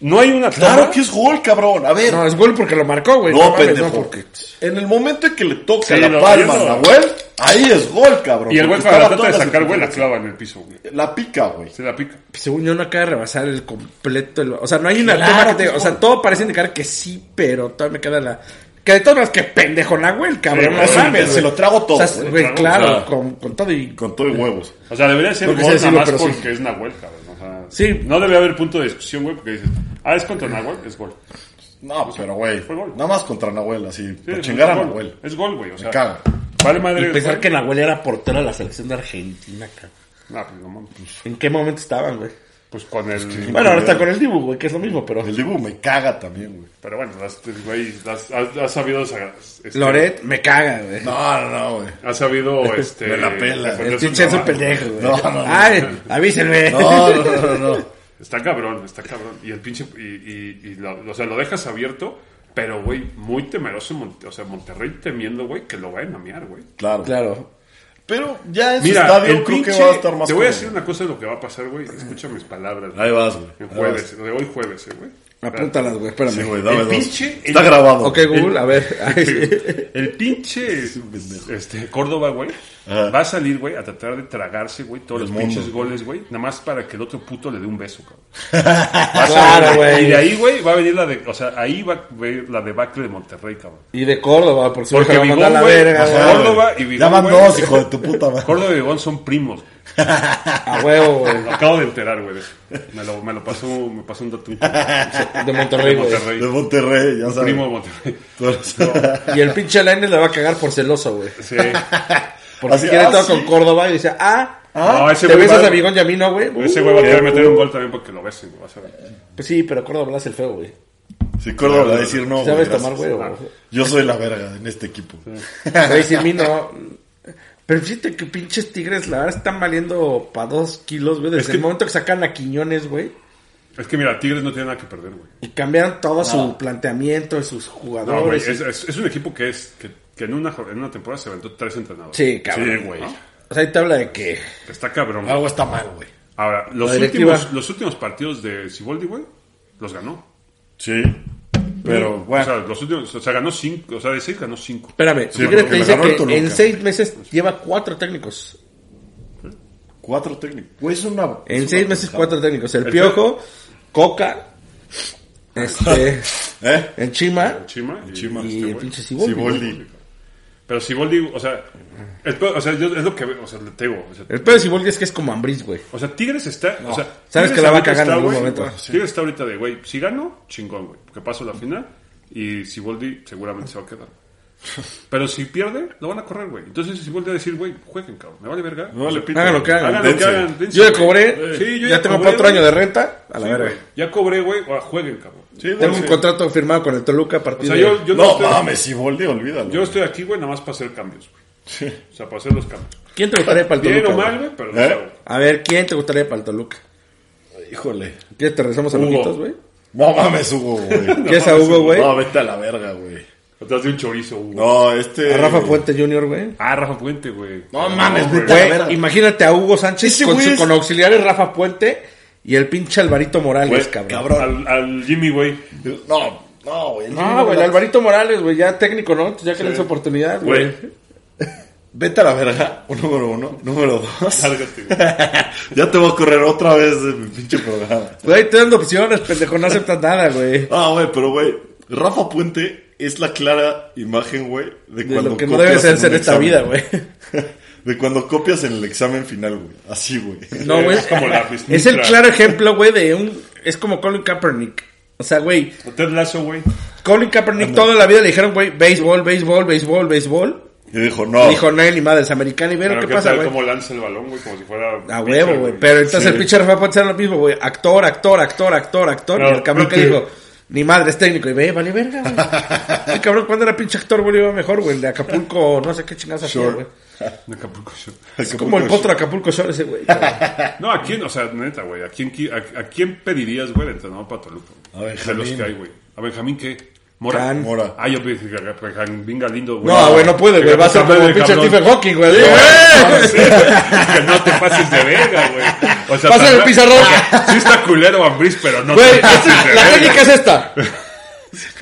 Speaker 2: No hay una toma.
Speaker 1: Claro que es gol, cabrón. A ver.
Speaker 3: No, es gol porque lo marcó, güey.
Speaker 1: No,
Speaker 3: mames,
Speaker 1: pendejo.
Speaker 3: no, porque...
Speaker 1: En el momento en que le toca
Speaker 2: Sí,
Speaker 1: la
Speaker 2: lo-
Speaker 1: palma
Speaker 2: yo
Speaker 1: a
Speaker 2: no.
Speaker 1: Nahuel, ahí es gol, cabrón.
Speaker 2: Y el güey
Speaker 1: Porque
Speaker 2: para
Speaker 1: estaba
Speaker 2: tratar de
Speaker 1: todas las
Speaker 2: sacar, güey, la
Speaker 1: circunstancias.
Speaker 2: clava en el piso, güey.
Speaker 1: La pica, güey.
Speaker 2: Se la pica.
Speaker 3: Según yo no acaba de rebasar el completo. el- O sea, no hay una
Speaker 1: Claro,
Speaker 3: toma que te...
Speaker 1: pues,
Speaker 3: O sea, todo parece indicar que sí, pero todavía me queda la... Que de todas maneras, que pendejo Nahuel,
Speaker 2: Sí,
Speaker 3: cabrón. no
Speaker 2: güey,
Speaker 3: mames,
Speaker 1: se
Speaker 3: güey.
Speaker 1: lo trago todo,
Speaker 3: O sea,
Speaker 1: güey,
Speaker 3: güey,
Speaker 2: claro,
Speaker 3: claro,
Speaker 1: o sea.
Speaker 3: con, con todo y...
Speaker 1: Con todo y huevos.
Speaker 2: O sea, debería ser
Speaker 3: No
Speaker 2: gol
Speaker 3: quise
Speaker 2: nada
Speaker 3: decirlo,
Speaker 2: más
Speaker 3: pero sí.
Speaker 2: porque es Nahuel, cabrón. O sea,
Speaker 3: Sí.
Speaker 2: No debe haber punto de discusión, güey, porque dices, ah, es contra Nahuel, es gol.
Speaker 1: No, pero güey.
Speaker 2: fue gol.
Speaker 1: Nada más contra Nahuel, así.
Speaker 3: Pues
Speaker 2: Sí,
Speaker 1: para
Speaker 2: es
Speaker 1: chingar a
Speaker 2: gol.
Speaker 1: Nahuel.
Speaker 2: Es gol, güey. O sea,
Speaker 1: Me caga.
Speaker 2: vale madre.
Speaker 3: Y
Speaker 2: el
Speaker 3: pensar
Speaker 2: gol.
Speaker 3: que Nahuel era portero de la selección de Argentina, cabrón.
Speaker 2: Ah, pues no mames. Pues,
Speaker 3: ¿En qué momento estaban, güey?
Speaker 2: pues con el.
Speaker 3: Bueno, ahora está con el Dibu, güey, que es lo mismo, pero...
Speaker 1: El Dibu me caga también, güey.
Speaker 2: Pero bueno, las- el güey, las- has, has sabido. esa- este,
Speaker 3: Loret me caga, güey.
Speaker 1: No, no, no, güey.
Speaker 2: Has sabido. Este,
Speaker 1: Me la pela.
Speaker 2: defender
Speaker 3: El
Speaker 2: su
Speaker 3: pinche es un
Speaker 2: trabajo.
Speaker 3: pendejo, güey.
Speaker 1: No, no, no.
Speaker 3: Ay, avísenme.
Speaker 1: No, no, no, no, no.
Speaker 2: Está cabrón, está cabrón. Y el pinche. Y, y, y lo, o sea, lo dejas abierto, pero, güey, muy temeroso. Mon- O sea, Monterrey temiendo, güey, que lo vayan a mear, güey.
Speaker 1: Claro.
Speaker 3: Claro.
Speaker 1: Pero ya en su
Speaker 2: Mira,
Speaker 1: estadio creo
Speaker 2: el pinche,
Speaker 1: que va a estar más
Speaker 2: Te voy
Speaker 1: cómodo.
Speaker 2: a decir una cosa de lo que va a pasar, güey. Escucha mis palabras.
Speaker 1: Ahí vas, güey.
Speaker 2: En
Speaker 1: Ahí
Speaker 2: jueves, de hoy jueves, eh, güey.
Speaker 3: Apúntalas, güey, espérame.
Speaker 1: Sí, güey,
Speaker 2: El
Speaker 1: dame dos.
Speaker 2: pinche-
Speaker 1: Está
Speaker 2: el-
Speaker 1: grabado.
Speaker 3: ok, Google, a ver. Ay, sí.
Speaker 2: El pinche este, Córdoba, güey,
Speaker 1: Ajá.
Speaker 2: va a salir, güey, a tratar de tragarse, güey, todos
Speaker 1: El
Speaker 2: los
Speaker 1: mundo.
Speaker 2: pinches goles, güey, nada más para que el otro puto le dé un beso, cabrón.
Speaker 3: Claro,
Speaker 2: Y
Speaker 3: güey.
Speaker 2: de ahí, güey, va a venir la de, o sea, ahí va a venir la debacle de Monterrey, cabrón.
Speaker 3: Y de Córdoba, por si
Speaker 2: Porque
Speaker 3: me mandar
Speaker 2: Bigón,
Speaker 3: la
Speaker 2: güey,
Speaker 3: verga,
Speaker 2: ajá.
Speaker 3: güey.
Speaker 2: Córdoba y Vigón,
Speaker 1: Ya van
Speaker 2: güey.
Speaker 1: dos, hijo de tu puta madre.
Speaker 2: Córdoba y Vigón son primos.
Speaker 3: A huevo, güey.
Speaker 2: Lo acabo de enterar, güey. de eso. Me lo, me lo pasó, me pasó un dato. De
Speaker 3: De Monterrey, güey.
Speaker 1: De Monterrey, ya sabes.
Speaker 2: Primo de Monterrey.
Speaker 1: Tú eres-
Speaker 3: Y el pinche Lainez le va a cagar por celoso, güey.
Speaker 2: Sí.
Speaker 3: Porque
Speaker 1: Así,
Speaker 3: quiere
Speaker 1: ah,
Speaker 3: todo
Speaker 1: sí.
Speaker 3: con Córdoba y dice, ah,
Speaker 2: No, ese
Speaker 3: te
Speaker 2: güey
Speaker 3: besas
Speaker 2: va-
Speaker 3: a Bigón Uh. y a mí no, güey.
Speaker 2: Ese güey va a querer meter un gol también porque lo besen, güey. vas a ver.
Speaker 3: Pues sí, pero Córdoba le hace el feo, güey.
Speaker 1: Si Córdoba le va a decir no, güey,
Speaker 3: ¿Sabes
Speaker 1: gracias.
Speaker 3: tomar, güey? o-
Speaker 1: Yo soy la verga en este equipo.
Speaker 3: Güey, si a mí no. Pero fíjate que pinches tigres, la verdad, están valiendo para dos kilos, güey. Desde
Speaker 2: que-
Speaker 3: el momento que sacan a Quiñones, güey.
Speaker 2: Es que mira, Tigres no tiene nada que perder, güey.
Speaker 3: Y cambiaron todo su planteamiento de sus
Speaker 2: No, güey,
Speaker 3: jugadores.
Speaker 2: es, es- es un equipo que es que, que en, una, jor- en una temporada se aventó tres entrenadores.
Speaker 3: Sí, cabrón. Ah.
Speaker 2: Sí, güey. ¿no?
Speaker 3: O sea, ahí te habla de que.
Speaker 2: Está cabrón.
Speaker 1: Algo está mal, güey.
Speaker 2: Ahora, los
Speaker 3: La directiva.
Speaker 2: últimos, los últimos partidos de Siboldi, güey, los ganó.
Speaker 1: Sí. Pero,
Speaker 2: O sea,
Speaker 1: bueno.
Speaker 2: los últimos, o sea, ganó cinco, o sea, de seis ganó cinco.
Speaker 3: Espérame,
Speaker 1: Sí,
Speaker 3: Tigres
Speaker 1: porque
Speaker 3: te
Speaker 1: me
Speaker 3: dice
Speaker 1: ganó el
Speaker 3: que
Speaker 1: Toluca.
Speaker 3: en seis meses lleva cuatro técnicos.
Speaker 1: Cuatro técnicos. Güey, es una. es
Speaker 3: En
Speaker 1: una
Speaker 3: seis meses,
Speaker 1: pendejada.
Speaker 3: cuatro técnicos. El
Speaker 2: El
Speaker 3: Piojo, Coca, este,
Speaker 1: ¿Eh?
Speaker 3: en Chima
Speaker 2: Chima y,
Speaker 1: Chima.
Speaker 2: este,
Speaker 3: y
Speaker 2: güey.
Speaker 3: el pinche Siboldi.
Speaker 1: Siboldi.
Speaker 2: Pero Siboldi, o sea, el peor- o sea, yo- es lo que veo, o sea, le tengo. O sea,
Speaker 3: El pedo de Siboldi es que es como Ambriz, güey.
Speaker 2: o sea, Tigres está. o sea,
Speaker 3: sabes
Speaker 2: Tigres
Speaker 3: que la va a
Speaker 2: ahorita
Speaker 3: cagar en
Speaker 2: está,
Speaker 3: algún
Speaker 2: güey,
Speaker 3: momento.
Speaker 2: bueno, Tigres está ahorita de, güey, si gano, chingón, güey, porque paso la final y Siboldi seguramente se va a quedar. Pero si pierde, lo van a correr, güey. Entonces Siboldi va a decir, güey, jueguen, cabrón, me vale verga.
Speaker 1: No vale pito.
Speaker 3: Hagan lo que hagan.
Speaker 2: Hagan lo que
Speaker 1: dense.
Speaker 2: hagan, dense,
Speaker 3: Yo ya
Speaker 2: güey.
Speaker 3: cobré,
Speaker 2: Sí, yo
Speaker 3: ya, tengo
Speaker 2: cobré,
Speaker 3: para otro año de
Speaker 2: güey.
Speaker 3: renta, a la
Speaker 2: Sí,
Speaker 3: verga.
Speaker 2: güey, Ya cobré, güey, ahora jueguen, cabrón.
Speaker 1: Sí, güey,
Speaker 3: Tengo un
Speaker 1: sí.
Speaker 3: contrato firmado con el Toluca a
Speaker 2: O
Speaker 3: partir
Speaker 2: sea,
Speaker 3: de...
Speaker 2: yo, yo no,
Speaker 1: No
Speaker 2: estoy,
Speaker 1: mames, si volví, olvídalo.
Speaker 2: Yo estoy aquí, güey, nada más para hacer cambios, güey. O sea, para hacer los cambios.
Speaker 3: ¿Quién te gustaría para el
Speaker 2: Bien
Speaker 3: Toluca?
Speaker 2: o mal,
Speaker 3: güey?
Speaker 2: güey, pero
Speaker 1: ¿Eh?
Speaker 2: no sé, güey.
Speaker 3: A ver, ¿quién te gustaría para el Toluca?
Speaker 1: Híjole.
Speaker 3: ¿Quieres te regresamos a
Speaker 2: Hugo.
Speaker 3: Loquitos, güey?
Speaker 1: No mames, Hugo, güey.
Speaker 3: ¿Quieres a Hugo, güey?
Speaker 1: No, vete a la verga, güey.
Speaker 2: Atrás de un chorizo, güey.
Speaker 1: No, este.
Speaker 3: A Rafa Puente Jr., güey.
Speaker 2: Ah, Rafa Puente, güey.
Speaker 1: No mames,
Speaker 2: güey.
Speaker 1: vete.
Speaker 3: Güey,
Speaker 1: verga.
Speaker 3: imagínate a Hugo Sánchez
Speaker 1: Ese
Speaker 3: con,
Speaker 1: güey
Speaker 3: su-
Speaker 1: es-
Speaker 3: con auxiliares Rafa Puente y el pinche Alvarito Morales,
Speaker 2: Güey,
Speaker 3: pues, cabrón.
Speaker 1: cabrón.
Speaker 2: Al, al Jimmy, güey.
Speaker 1: No, no, güey.
Speaker 3: Ah, güey, el Alvarito Morales, güey, ya técnico, ¿no? Ya que le hizo oportunidad, güey.
Speaker 2: Güey.
Speaker 1: Vete a la verga. Número uno. Número dos.
Speaker 2: Lárgate, güey.
Speaker 1: ya te voy a correr otra vez de mi pinche programa.
Speaker 3: Güey, te dan opciones, pendejo, no aceptas nada, güey.
Speaker 1: Ah, güey, pero güey, Rafa Puente es la clara imagen, güey, de,
Speaker 3: De
Speaker 1: cuando
Speaker 3: lo que no
Speaker 1: copias
Speaker 3: debe ser
Speaker 1: en
Speaker 3: ser
Speaker 1: un
Speaker 3: esta vida,
Speaker 1: examen.
Speaker 3: güey.
Speaker 1: De cuando copias en el examen final, güey. Así, güey.
Speaker 3: No, güey.
Speaker 2: Es como la
Speaker 3: Es el
Speaker 2: Mitra.
Speaker 3: claro ejemplo, güey, de un... Es como Colin Kaepernick. O sea, güey,
Speaker 2: Ted Lasso, güey.
Speaker 3: Colin Kaepernick toda la vida le dijeron, güey, béisbol, béisbol, béisbol, béisbol.
Speaker 1: Y dijo, no.
Speaker 3: Y dijo, no, ni madres, americana. Y vieron
Speaker 2: Pero
Speaker 3: qué
Speaker 2: qué
Speaker 3: pasa,
Speaker 2: tal
Speaker 3: güey.
Speaker 2: cómo lanza el balón, güey, como si fuera...
Speaker 3: A
Speaker 2: pitcher,
Speaker 3: huevo, güey. Pero entonces
Speaker 1: Sí.
Speaker 3: el pinche Rafa Puente era lo mismo, güey. Actor, actor, actor, actor, actor.
Speaker 2: Claro.
Speaker 3: Y el cabrón que dijo, ni madre, es técnico. Y ve, vale verga, güey. El cabrón, cuando era pinche actor, güey, le iba mejor, güey. El de Acapulco, no sé qué chingados hacía,
Speaker 1: Sure.
Speaker 3: güey.
Speaker 2: De Acapulco Shore.
Speaker 3: Es como el potro de Acapulco Shore ese, güey. cabrón.
Speaker 2: No, ¿a quién? O sea, neta, güey. ¿A quién, qui- a, a quién pedirías, güey, el entrenador para Toluca?
Speaker 1: A
Speaker 2: De
Speaker 1: Benjamín.
Speaker 2: los que hay, güey. ¿A Benjamín qué? Mora.
Speaker 3: Can.
Speaker 1: Mora.
Speaker 2: Ah, yo pensé que a Benjamín Galindo, güey.
Speaker 3: No, güey, no puede, güey. Va a ser como
Speaker 2: Cabrón,
Speaker 3: el pinche
Speaker 2: cabrón.
Speaker 3: Stephen Hawking, güey.
Speaker 2: Ah, Sí,
Speaker 3: ¡Eh!
Speaker 2: güey, Que no te pases de verga, güey. O sea,
Speaker 3: Pásale el
Speaker 2: para-
Speaker 3: pizarrón.
Speaker 2: Sí está culero Ambris, pero no
Speaker 3: Güey,
Speaker 2: te pases de
Speaker 3: la
Speaker 2: verga.
Speaker 3: técnica es esta.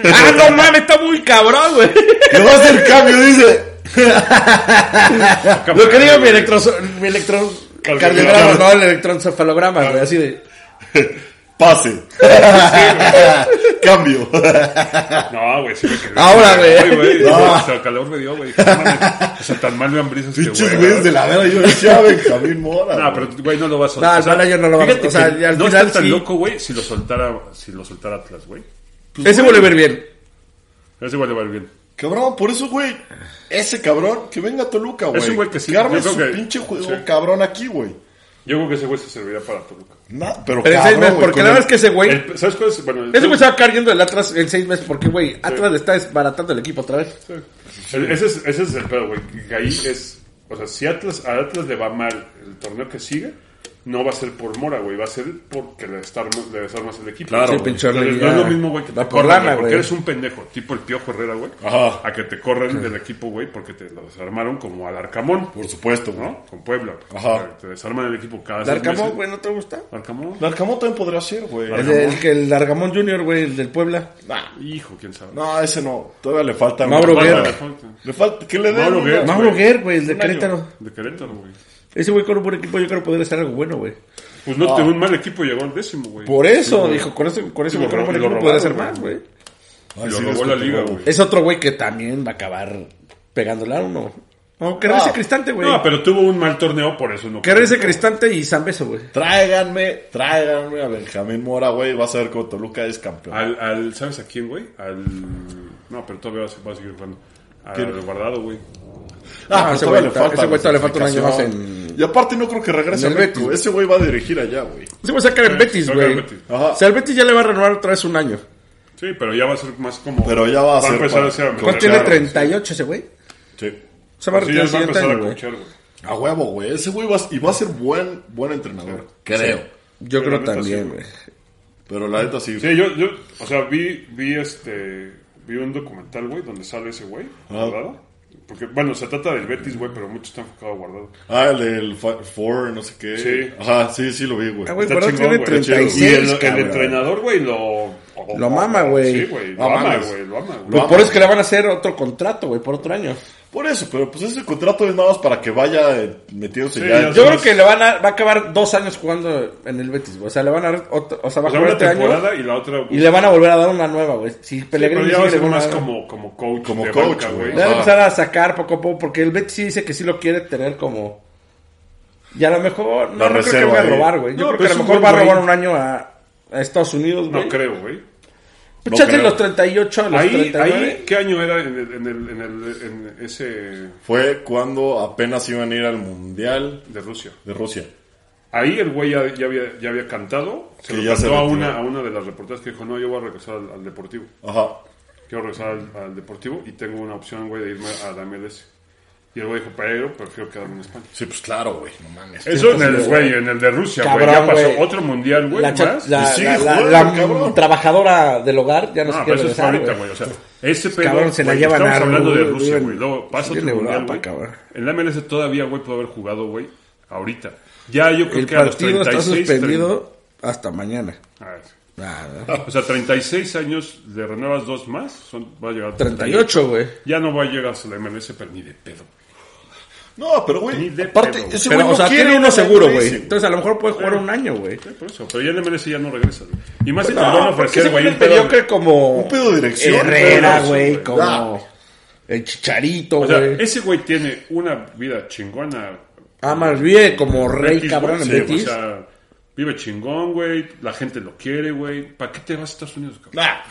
Speaker 3: Ah, no mames, está muy cabrón, güey.
Speaker 1: Le va a hacer cambio, dice.
Speaker 3: Lo que digo mi electro... Mi electro... Cardiograma, no, el electroencefalograma, güey. Así de...
Speaker 1: Pase. cambio.
Speaker 2: No, güey, sí me quedé.
Speaker 3: Ahora, güey.
Speaker 2: Ay, güey.
Speaker 1: No.
Speaker 2: O sea, calor me dio, güey. No mames. O sea, tan mal me han briso este
Speaker 1: Pinches
Speaker 2: güey.
Speaker 1: güeyes de la verga. Yo decía, "Ah, Benjamín Mora.
Speaker 2: No, pero,
Speaker 1: güey.
Speaker 2: güey, no lo vas a
Speaker 3: No, no, yo no lo vas a-
Speaker 2: Fíjate
Speaker 3: o sea,
Speaker 2: que
Speaker 3: al
Speaker 2: no
Speaker 3: final
Speaker 2: está tan
Speaker 3: sí.
Speaker 2: loco, güey, si lo soltara, si lo soltara Atlas, güey. Pues,
Speaker 3: Ese vuelve a ver bien.
Speaker 2: Ese güey le va a ir bien.
Speaker 1: Cabrón, por eso, güey. Ese cabrón, que venga a Toluca, güey.
Speaker 2: un güey que sí,
Speaker 1: Que arme
Speaker 2: yo creo
Speaker 1: su
Speaker 2: que-
Speaker 1: pinche juego,
Speaker 2: sí.
Speaker 1: cabrón, aquí, güey.
Speaker 2: Yo creo que ese güey se servirá para Toluca.
Speaker 1: Na- pero,
Speaker 3: Pero en seis
Speaker 1: cabrón,
Speaker 3: meses,
Speaker 1: güey,
Speaker 3: porque
Speaker 1: con
Speaker 3: la
Speaker 1: el-
Speaker 3: verdad es que ese güey.
Speaker 2: El- ¿Sabes cuál es? Bueno, el-
Speaker 3: Ese güey se va a caer yendo del Atlas en seis meses porque, güey, Atlas le está desbaratando el equipo otra vez.
Speaker 2: El- ese, es, ese es el pedo, güey. Que ahí es. O sea, si Atlas, a Atlas le va mal el torneo que sigue, no va a ser por Mora, güey, va a ser porque le desarmas, le desarmas el equipo.
Speaker 1: Claro, Sí, güey.
Speaker 3: pinche
Speaker 2: Entonces,
Speaker 3: Orlegui
Speaker 2: No es
Speaker 3: ya
Speaker 2: lo mismo, güey, que
Speaker 3: va
Speaker 2: te
Speaker 3: por
Speaker 2: corran,
Speaker 3: lana,
Speaker 2: güey, porque
Speaker 3: güey.
Speaker 2: eres un pendejo, tipo el Piojo Herrera, güey,
Speaker 1: Ajá.
Speaker 2: a que te corren del equipo, güey, porque te lo desarmaron como al Arcamón,
Speaker 1: Por supuesto, güey.
Speaker 2: ¿no? Con Puebla. güey.
Speaker 1: Ajá.
Speaker 2: Te desarman el equipo cada seis
Speaker 3: Largamón,
Speaker 2: meses.
Speaker 3: güey, ¿no te gusta?
Speaker 2: Arcamón.
Speaker 1: Larcamón también podría ser, güey.
Speaker 3: El, del- que el Largamón Junior, güey, el del Puebla.
Speaker 2: Hijo, quién sabe.
Speaker 1: No, ese no. Todavía le falta.
Speaker 3: Mauro
Speaker 1: güey.
Speaker 3: Guerra.
Speaker 1: Le falta- Le falta. ¿Qué le den?
Speaker 2: Mauro Guerra.
Speaker 3: Mauro
Speaker 2: güey.
Speaker 3: Guer, güey, el de
Speaker 1: Un año.
Speaker 3: Querétaro.
Speaker 2: De Querétaro, güey.
Speaker 3: Ese güey con un buen equipo yo creo que podría hacer algo bueno, güey.
Speaker 2: Pues no, tuvo un mal equipo, llegó al décimo, güey.
Speaker 3: Por eso, dijo, con ese, con ese
Speaker 2: Y lo
Speaker 3: güey con un buen
Speaker 2: ro- y lo
Speaker 3: equipo podría hacer
Speaker 2: robaron,
Speaker 3: más, güey.
Speaker 1: Ay,
Speaker 2: Y lo
Speaker 1: sí,
Speaker 2: robó la liga,
Speaker 1: descontinuado.
Speaker 2: güey.
Speaker 3: Es otro güey que también va a acabar pegándole a uno. No, que regrese Cristante, güey.
Speaker 2: No, pero tuvo un mal torneo, por eso no.
Speaker 3: Que regrese Cristante y San Beso, güey.
Speaker 1: Tráiganme, tráiganme a Benjamín Mora, güey. Vas a ver cómo Toluca es
Speaker 3: Ah,
Speaker 1: campeón.
Speaker 2: Al, al, ¿Sabes a quién, güey? Al. No, pero todavía va a, va a seguir jugando. Al
Speaker 1: ¿Quién?
Speaker 2: guardado, güey.
Speaker 3: Ah, ese
Speaker 1: todavía
Speaker 3: güey ta- ese güey todavía le falta un año más
Speaker 1: clasificación. Y aparte no creo que regrese
Speaker 3: en el
Speaker 1: a México.
Speaker 3: Betis.
Speaker 1: Ese güey va a dirigir allá, güey.
Speaker 3: Ese güey se va a quedar en
Speaker 2: Sí,
Speaker 3: Betis,
Speaker 2: se va a quedar en
Speaker 3: güey.
Speaker 2: Ah, Betis.
Speaker 1: Ajá.
Speaker 3: O sea, el Betis ya le va a renovar otra vez un año.
Speaker 2: Sí, pero ya va a ser más como.
Speaker 1: Pero ya va a ser
Speaker 2: empezar
Speaker 1: para-
Speaker 2: a ser.
Speaker 3: ¿Cuánto tiene? 38 ese güey.
Speaker 1: Sí.
Speaker 3: Se va a
Speaker 2: Sí,
Speaker 3: retirar
Speaker 2: ya
Speaker 3: el
Speaker 2: va a
Speaker 3: siguiente
Speaker 2: empezar
Speaker 3: año,
Speaker 2: a
Speaker 3: güey.
Speaker 2: cochar, güey.
Speaker 1: A huevo, güey. Ese güey va, a- y va a ser buen, buen entrenador. Creo.
Speaker 3: Yo
Speaker 2: Pero
Speaker 3: creo
Speaker 2: la neta
Speaker 3: también,
Speaker 2: sí,
Speaker 3: güey.
Speaker 1: Pero la neta sí.
Speaker 2: Sí, yo, yo, o sea, vi, vi este, vi un documental, güey, donde sale ese güey,
Speaker 3: Ah.
Speaker 2: guardado. Porque, bueno, se trata del Betis, güey, pero mucho está enfocado a guardado.
Speaker 1: Ah, el del fa- Four, no sé qué.
Speaker 2: Sí.
Speaker 1: Ajá, sí, sí lo vi, güey.
Speaker 3: Ah, güey,
Speaker 2: Está
Speaker 3: Guardado
Speaker 2: chingón,
Speaker 3: tiene
Speaker 2: güey, está chido.
Speaker 3: 36,
Speaker 2: Y el, el
Speaker 3: cabrón.
Speaker 2: entrenador, güey, lo... Oh,
Speaker 3: Lo mama, güey.
Speaker 2: Sí, güey, lo
Speaker 1: No
Speaker 2: ama,
Speaker 1: mames.
Speaker 2: güey, lo ama, güey.
Speaker 3: Pues por eso que le van a hacer otro contrato, güey, por otro año.
Speaker 1: Por eso, pero pues ese contrato es nada más para que vaya eh, metiéndose
Speaker 2: Sí,
Speaker 1: ya.
Speaker 2: ya
Speaker 1: en-
Speaker 3: Yo
Speaker 2: Entonces-
Speaker 3: creo que le van a, va a acabar dos años jugando en el Betis, güey. O sea, le van a dar otro- o sea,
Speaker 2: O
Speaker 3: va a
Speaker 2: sea,
Speaker 3: jugar
Speaker 2: una
Speaker 3: este año
Speaker 2: temporada y la otra... pues,
Speaker 3: y le van a volver a dar una nueva, güey. Si Pellegrini
Speaker 2: pero ya va a
Speaker 3: sigue,
Speaker 2: ser
Speaker 3: le van a
Speaker 2: más
Speaker 3: dar-
Speaker 2: como, como coach
Speaker 1: Como
Speaker 2: de
Speaker 1: coach,
Speaker 2: banca,
Speaker 1: güey.
Speaker 2: güey.
Speaker 3: Le van a
Speaker 1: Ajá.
Speaker 3: empezar a sacar poco a poco, porque el Betis sí dice que sí lo quiere tener como. Y a lo mejor. No,
Speaker 1: La
Speaker 3: no creo que
Speaker 1: reserva,
Speaker 3: vaya a
Speaker 1: güey.
Speaker 3: robar, güey. Yo
Speaker 2: No, pero
Speaker 3: creo que a
Speaker 2: es
Speaker 3: lo
Speaker 2: un
Speaker 3: mejor va
Speaker 2: buen
Speaker 3: a robar
Speaker 2: güey.
Speaker 3: un año a, a Estados Unidos, güey.
Speaker 2: No creo, güey.
Speaker 3: Pues
Speaker 1: no
Speaker 3: chance
Speaker 1: creo.
Speaker 3: los 38, los
Speaker 2: Ahí,
Speaker 3: 39.
Speaker 2: ahí, ¿qué año era en, el, en, el, en, el, en ese
Speaker 1: Fue cuando apenas iban a ir al Mundial
Speaker 2: de Rusia?
Speaker 1: de Rusia.
Speaker 2: Ahí el güey ya, ya había, ya había cantado, se
Speaker 1: Que
Speaker 2: lo
Speaker 1: ya
Speaker 2: cantó
Speaker 1: se
Speaker 2: a,
Speaker 1: retiró.
Speaker 2: una, a una de las reporteras que dijo, no, yo voy a regresar al, al Deportivo,
Speaker 1: Ajá.
Speaker 2: quiero regresar al, al Deportivo y tengo una opción, güey, de irme a la MLS. Y el güey dijo, pero prefiero quedarme en España.
Speaker 1: Sí, pues claro, güey. No mames.
Speaker 2: Eso en el, güey, en el de Rusia, güey, ya
Speaker 3: pues, Cabrón,
Speaker 2: pasó
Speaker 3: güey.
Speaker 2: otro mundial, güey,
Speaker 3: la, cha-
Speaker 2: más.
Speaker 3: la-
Speaker 1: Y sigue
Speaker 3: la- la-
Speaker 1: jugando,
Speaker 3: la
Speaker 1: cabrón.
Speaker 3: trabajadora del hogar ya no, se
Speaker 2: No, pero
Speaker 3: quiere
Speaker 2: eso es
Speaker 3: regresar,
Speaker 2: ahorita,
Speaker 3: güey.
Speaker 2: güey, o sea, ese pedo,
Speaker 3: Cabrón, se la
Speaker 2: güey,
Speaker 3: llevan
Speaker 2: estamos
Speaker 3: a-
Speaker 2: hablando de
Speaker 3: güey,
Speaker 2: Rusia,
Speaker 3: viven-
Speaker 2: güey, luego pasa otro
Speaker 3: viven en
Speaker 2: mundial,
Speaker 3: Europa,
Speaker 2: güey.
Speaker 3: cabrón.
Speaker 2: En la MLS todavía, güey, pudo haber jugado, güey, ahorita. Ya yo creo
Speaker 3: El
Speaker 2: que a los
Speaker 3: partido está
Speaker 2: 36...
Speaker 3: suspendido hasta mañana.
Speaker 2: 30. Ah, sí.
Speaker 3: Ah,
Speaker 2: O sea, 36 años, le renuevas dos más, son, va a llegar a
Speaker 3: 38, güey.
Speaker 2: Ya no va a llegar a la MLS, pero ni de pedo.
Speaker 1: No, pero
Speaker 2: Ni
Speaker 1: güey.
Speaker 2: de
Speaker 1: Aparte,
Speaker 2: pedo.
Speaker 1: ese güey
Speaker 3: Pero,
Speaker 1: no
Speaker 3: o sea,
Speaker 1: quiere
Speaker 3: tiene
Speaker 1: ir a
Speaker 3: uno
Speaker 1: la
Speaker 3: seguro,
Speaker 1: MLS,
Speaker 3: güey. Entonces, a lo mejor puede jugar un año, güey.
Speaker 2: Sí, Por eso, pero ya en la MLS ya no regresa. güey. Y más si te
Speaker 3: No,
Speaker 2: lo van a
Speaker 3: porque
Speaker 2: ofrecer,
Speaker 3: ese
Speaker 2: güey.
Speaker 3: güey
Speaker 2: un
Speaker 3: es
Speaker 2: pedo-
Speaker 3: mediocre como
Speaker 1: Un pedo de dirección,
Speaker 3: Herrera,
Speaker 2: un pedo de
Speaker 3: güey,
Speaker 2: eso,
Speaker 3: como
Speaker 1: Ah.
Speaker 3: el Chicharito,
Speaker 2: O sea,
Speaker 3: güey.
Speaker 2: ese güey tiene una vida chingona.
Speaker 3: Ah, más bien, como rey
Speaker 2: Betis,
Speaker 3: cabrón
Speaker 2: güey.
Speaker 3: en
Speaker 2: Sí,
Speaker 3: Betis.
Speaker 2: O sea, vive chingón, güey. La gente lo quiere, güey. ¿Para qué te vas a Estados Unidos, cabrón?
Speaker 1: Ah,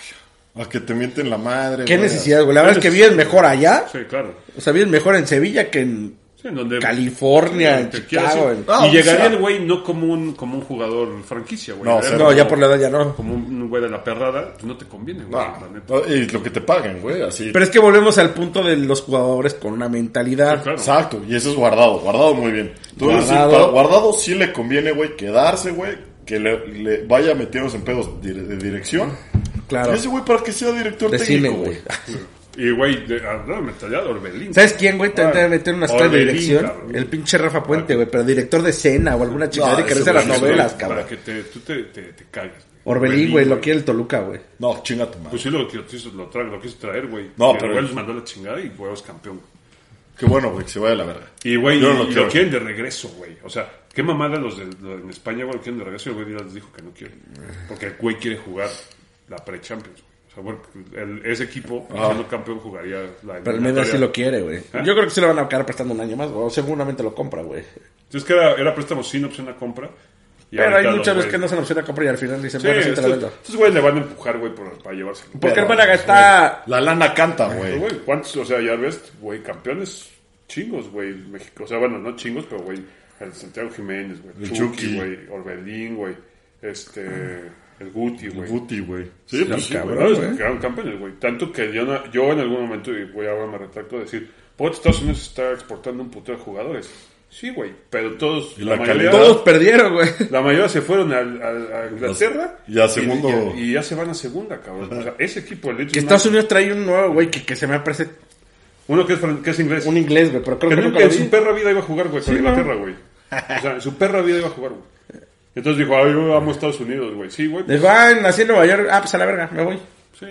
Speaker 1: a que te mienten la madre.
Speaker 3: Qué
Speaker 1: güey.
Speaker 3: necesidad, güey. La verdad es que vives mejor allá.
Speaker 2: Sí, claro.
Speaker 3: O sea, vives mejor en Sevilla que en
Speaker 2: Sí, en donde
Speaker 3: California, en
Speaker 2: te quieras
Speaker 3: Chicago.
Speaker 2: ir.
Speaker 3: en-
Speaker 1: Ah, o
Speaker 2: y llegaría
Speaker 1: sea-
Speaker 2: el güey no como un, como un jugador franquicia, güey.
Speaker 1: No,
Speaker 2: Llegaría
Speaker 1: cero.
Speaker 3: No, ya por la edad ya no.
Speaker 2: Como un güey de la perrada, pues no te conviene, güey. la
Speaker 1: Ah,
Speaker 2: neta.
Speaker 1: no, y lo que te paguen, güey. Así.
Speaker 3: Pero es que volvemos al punto de los jugadores con una mentalidad.
Speaker 2: Sí, claro.
Speaker 1: Exacto, y eso es guardado, guardado muy bien. Entonces,
Speaker 3: Guardado.
Speaker 1: guardado. guardado sí le conviene, güey, quedarse, güey, que le, le vaya metiéndose en pedos de, de dirección.
Speaker 3: Claro.
Speaker 1: Y ese güey para que sea director
Speaker 3: De cine,
Speaker 1: técnico,
Speaker 3: güey.
Speaker 1: güey.
Speaker 2: Y, güey, de, ah, no, mentalidad Orbelín.
Speaker 3: ¿Sabes quién, güey? Te
Speaker 2: Ah,
Speaker 3: debe meter una escuela de
Speaker 2: Orbelín,
Speaker 3: dirección.
Speaker 2: cabrón.
Speaker 3: El pinche Rafa Puente, güey. Pero director de escena o alguna chingadera
Speaker 1: No,
Speaker 3: que
Speaker 1: ese
Speaker 3: regrese a las
Speaker 1: güey es
Speaker 3: novelas,
Speaker 2: Para
Speaker 3: cabrón.
Speaker 2: que te, tú te, te, te cagues.
Speaker 3: Orbelín, güey, lo quiere el Toluca, güey.
Speaker 1: No, chinga tu madre.
Speaker 2: Pues sí, lo, que lo, quiso- lo, tra- lo quiso traer, güey.
Speaker 1: No,
Speaker 2: Y el
Speaker 1: pero-
Speaker 2: güey los mandó a la chingada y huevos campeón.
Speaker 1: Qué bueno, güey, que se vaya a la verga.
Speaker 2: Y, güey,
Speaker 1: Yo no
Speaker 2: y-
Speaker 1: lo
Speaker 2: y
Speaker 1: quiero.
Speaker 2: lo quieren de regreso, güey. O sea, qué mamada los de, lo- en España, güey, lo quieren de regreso y el güey ya les dijo que no quiere. Porque el güey quiere jugar la pre-Champions. güey. O sea, güey, el- ese equipo, siendo campeón, jugaría la
Speaker 3: Ah. Pero el Medra sí
Speaker 2: eliminatoria.
Speaker 3: lo quiere, güey. Yo creo que sí lo van a acabar prestando un año más, güey. O seguramente lo compra, güey.
Speaker 2: Entonces, que era, era préstamo sin opción a compra. Y
Speaker 3: Pero hay
Speaker 2: ahorita
Speaker 3: muchas
Speaker 2: los
Speaker 3: veces que no
Speaker 2: güeyes-
Speaker 3: se la opción a compra y al final dicen,
Speaker 2: Sí,
Speaker 3: bueno, sí te la
Speaker 2: estos,
Speaker 3: vendo.
Speaker 2: estos güeyes le van a empujar, güey, por- para llevárselo.
Speaker 3: Porque el
Speaker 1: Pero,
Speaker 3: Málaga está...
Speaker 1: La lana canta, güey.
Speaker 2: Pero, güey, ¿cuántos? O sea, ya ves, güey, campeones chingos, güey, México. O sea, bueno, no chingos, pero, güey, el Santiago Jiménez, güey,
Speaker 1: El
Speaker 2: el Chucky,
Speaker 1: Chucky.
Speaker 2: güey, Orbelín, güey, este, el Guti, güey.
Speaker 1: Guti, güey. Sí, pues sí,
Speaker 3: cabrón.
Speaker 1: güey.
Speaker 2: Bueno,
Speaker 3: güey.
Speaker 2: quedaron campeones, güey. Tanto que yo, no- yo en algún momento, y güey, ahora me retracto, decir, pues Estados Unidos está exportando un puto de jugadores. Sí, güey, pero todos,
Speaker 1: Y
Speaker 2: la,
Speaker 1: la
Speaker 2: mayoría,
Speaker 1: calidad.
Speaker 3: Todos perdieron, güey.
Speaker 2: la mayoría se fueron al- al- a, Inglaterra.
Speaker 1: Y a segundo.
Speaker 2: Y, y ya se van a segunda, cabrón. O sea, ese equipo, el
Speaker 3: Que
Speaker 2: Leeds
Speaker 3: Estados
Speaker 2: United,
Speaker 3: Unidos trae un nuevo, güey, que, que se me parece
Speaker 2: uno que es, fran- que es inglés.
Speaker 3: un inglés, güey, pero creo que
Speaker 2: Creo
Speaker 3: nunca
Speaker 2: que
Speaker 3: lo
Speaker 2: en
Speaker 3: vi.
Speaker 2: su perra vida iba a jugar, güey, con
Speaker 3: Sí,
Speaker 2: Inglaterra, güey. O sea, en su perra vida iba a jugar, güey. Entonces dijo, ay, yo amo Estados Unidos, güey. Sí, güey.
Speaker 3: Dijo, ah, nací en Nueva York, ah, pues a la verga, me voy.
Speaker 2: Sí.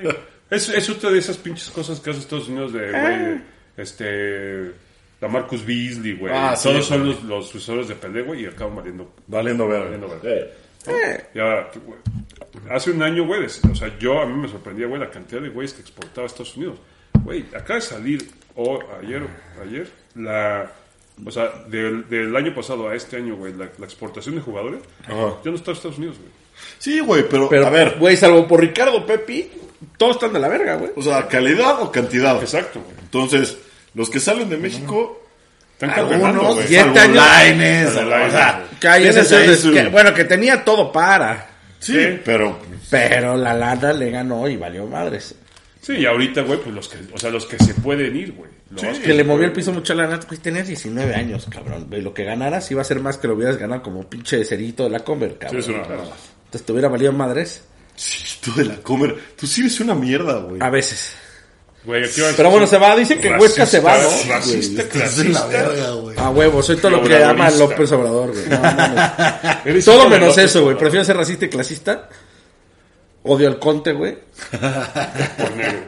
Speaker 2: Es, es otra de esas pinches cosas que hace Estados Unidos de, güey, este... La Marcus Beasley, güey.
Speaker 1: Ah, sí,
Speaker 2: Todos son
Speaker 1: güey.
Speaker 2: los, los sucesores de pendejo güey, y acaban valiendo.
Speaker 1: Valiendo verga.
Speaker 2: Valiendo
Speaker 1: Eh,
Speaker 2: Ya, güey. Hace un año, güey, des- o sea, yo a mí me sorprendía, güey, la cantidad de güeyes que exportaba a Estados Unidos. Güey, acaba de salir, o ayer, ayer, la... O sea, del, del año pasado a este año, güey, la, la exportación de jugadores,
Speaker 1: Ajá.
Speaker 2: ya no está en Estados Unidos, güey.
Speaker 1: Sí, güey, pero,
Speaker 3: Pero,
Speaker 1: a ver,
Speaker 3: Güey, salvo por Ricardo Pepi, todos están de la verga, güey.
Speaker 1: o sea, calidad o cantidad.
Speaker 2: Exacto, güey.
Speaker 1: Entonces, los que salen de México,
Speaker 2: Están
Speaker 3: Ah,
Speaker 2: campeonando,
Speaker 1: algunos,
Speaker 2: güey.
Speaker 3: ya-
Speaker 1: salvo
Speaker 3: Siete años.
Speaker 1: Lainez,
Speaker 2: Salvo
Speaker 1: o sea,
Speaker 2: Lainez.
Speaker 3: Que hay
Speaker 1: tienes
Speaker 3: esos
Speaker 1: ahí
Speaker 3: de-
Speaker 1: su-
Speaker 3: que- bueno, que tenía todo para.
Speaker 1: Sí, pero
Speaker 3: Pero la lana le ganó y valió madres.
Speaker 2: Sí, y ahorita, güey, pues los que, o sea, los que se pueden ir, güey. Los
Speaker 1: Sí.
Speaker 3: Que le movió el piso mucho a la lana. Güey, tenías 19 años, cabrón. Güey, lo que ganaras iba a ser más que lo hubieras ganado como pinche cerito de la Conver,
Speaker 2: Sí,
Speaker 3: cabrón.
Speaker 2: es una rara.
Speaker 3: Entonces te hubiera valido madres.
Speaker 1: sí, tú de la comer, tú sí ves una mierda, güey.
Speaker 3: A veces.
Speaker 2: Güey, aquí va a
Speaker 3: Pero bueno, se va. Dicen que
Speaker 2: Racista,
Speaker 3: Huesca se va, ¿no?
Speaker 2: Racista,
Speaker 1: Estás en la
Speaker 2: clasista.
Speaker 1: verga, güey.
Speaker 3: A Ah, huevo, soy todo lo que le llama
Speaker 2: Obradorista.
Speaker 3: López Obrador, güey. No, mames.
Speaker 2: Eres
Speaker 3: Todo
Speaker 2: hijo de
Speaker 3: menos
Speaker 2: López
Speaker 3: eso, güey.
Speaker 2: Obrador,
Speaker 3: Prefiero ser racista y clasista. Odio al Conte, güey.
Speaker 2: por negro.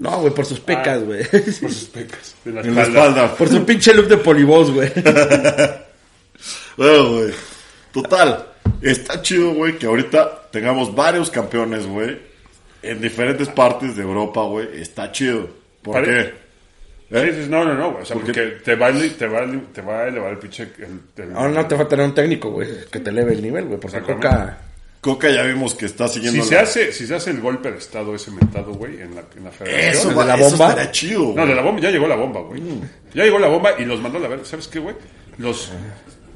Speaker 3: No, güey,
Speaker 2: Ah.
Speaker 3: por sus pecas, güey.
Speaker 2: Por sus pecas. En la
Speaker 1: En la
Speaker 2: espalda.
Speaker 1: espalda.
Speaker 3: Por su pinche look de polibos, güey.
Speaker 1: Bueno, güey. Total, está chido, güey, que ahorita tengamos varios campeones, güey, en diferentes partes de Europa, güey. Está chido. ¿Por
Speaker 2: Pare-
Speaker 1: qué?
Speaker 2: Sí, sí, Eh, no, no, no, güey. O sea,
Speaker 1: Porque-
Speaker 2: porque, te, va a, ele- te, va a ele- te va a elevar el pinche. El, el-
Speaker 3: Ahora Ah, no te va a tener un técnico, güey, que te eleve el nivel, güey. Porque
Speaker 2: Exactamente.
Speaker 3: Coca...
Speaker 1: Coca ya vimos que está siguiendo
Speaker 2: si, se
Speaker 1: la-
Speaker 2: hace, si se hace el golpe de Estado ese mentado, güey, en la, en la federación.
Speaker 1: Eso,
Speaker 3: ¿De
Speaker 1: va,
Speaker 3: la
Speaker 1: eso
Speaker 3: bomba?
Speaker 1: estaría chido.
Speaker 2: No,
Speaker 1: güey. Mm.
Speaker 2: de la bomba, ya llegó la bomba, güey. Ya llegó la bomba y los mandó a la verga. ¿Sabes qué, güey? Los,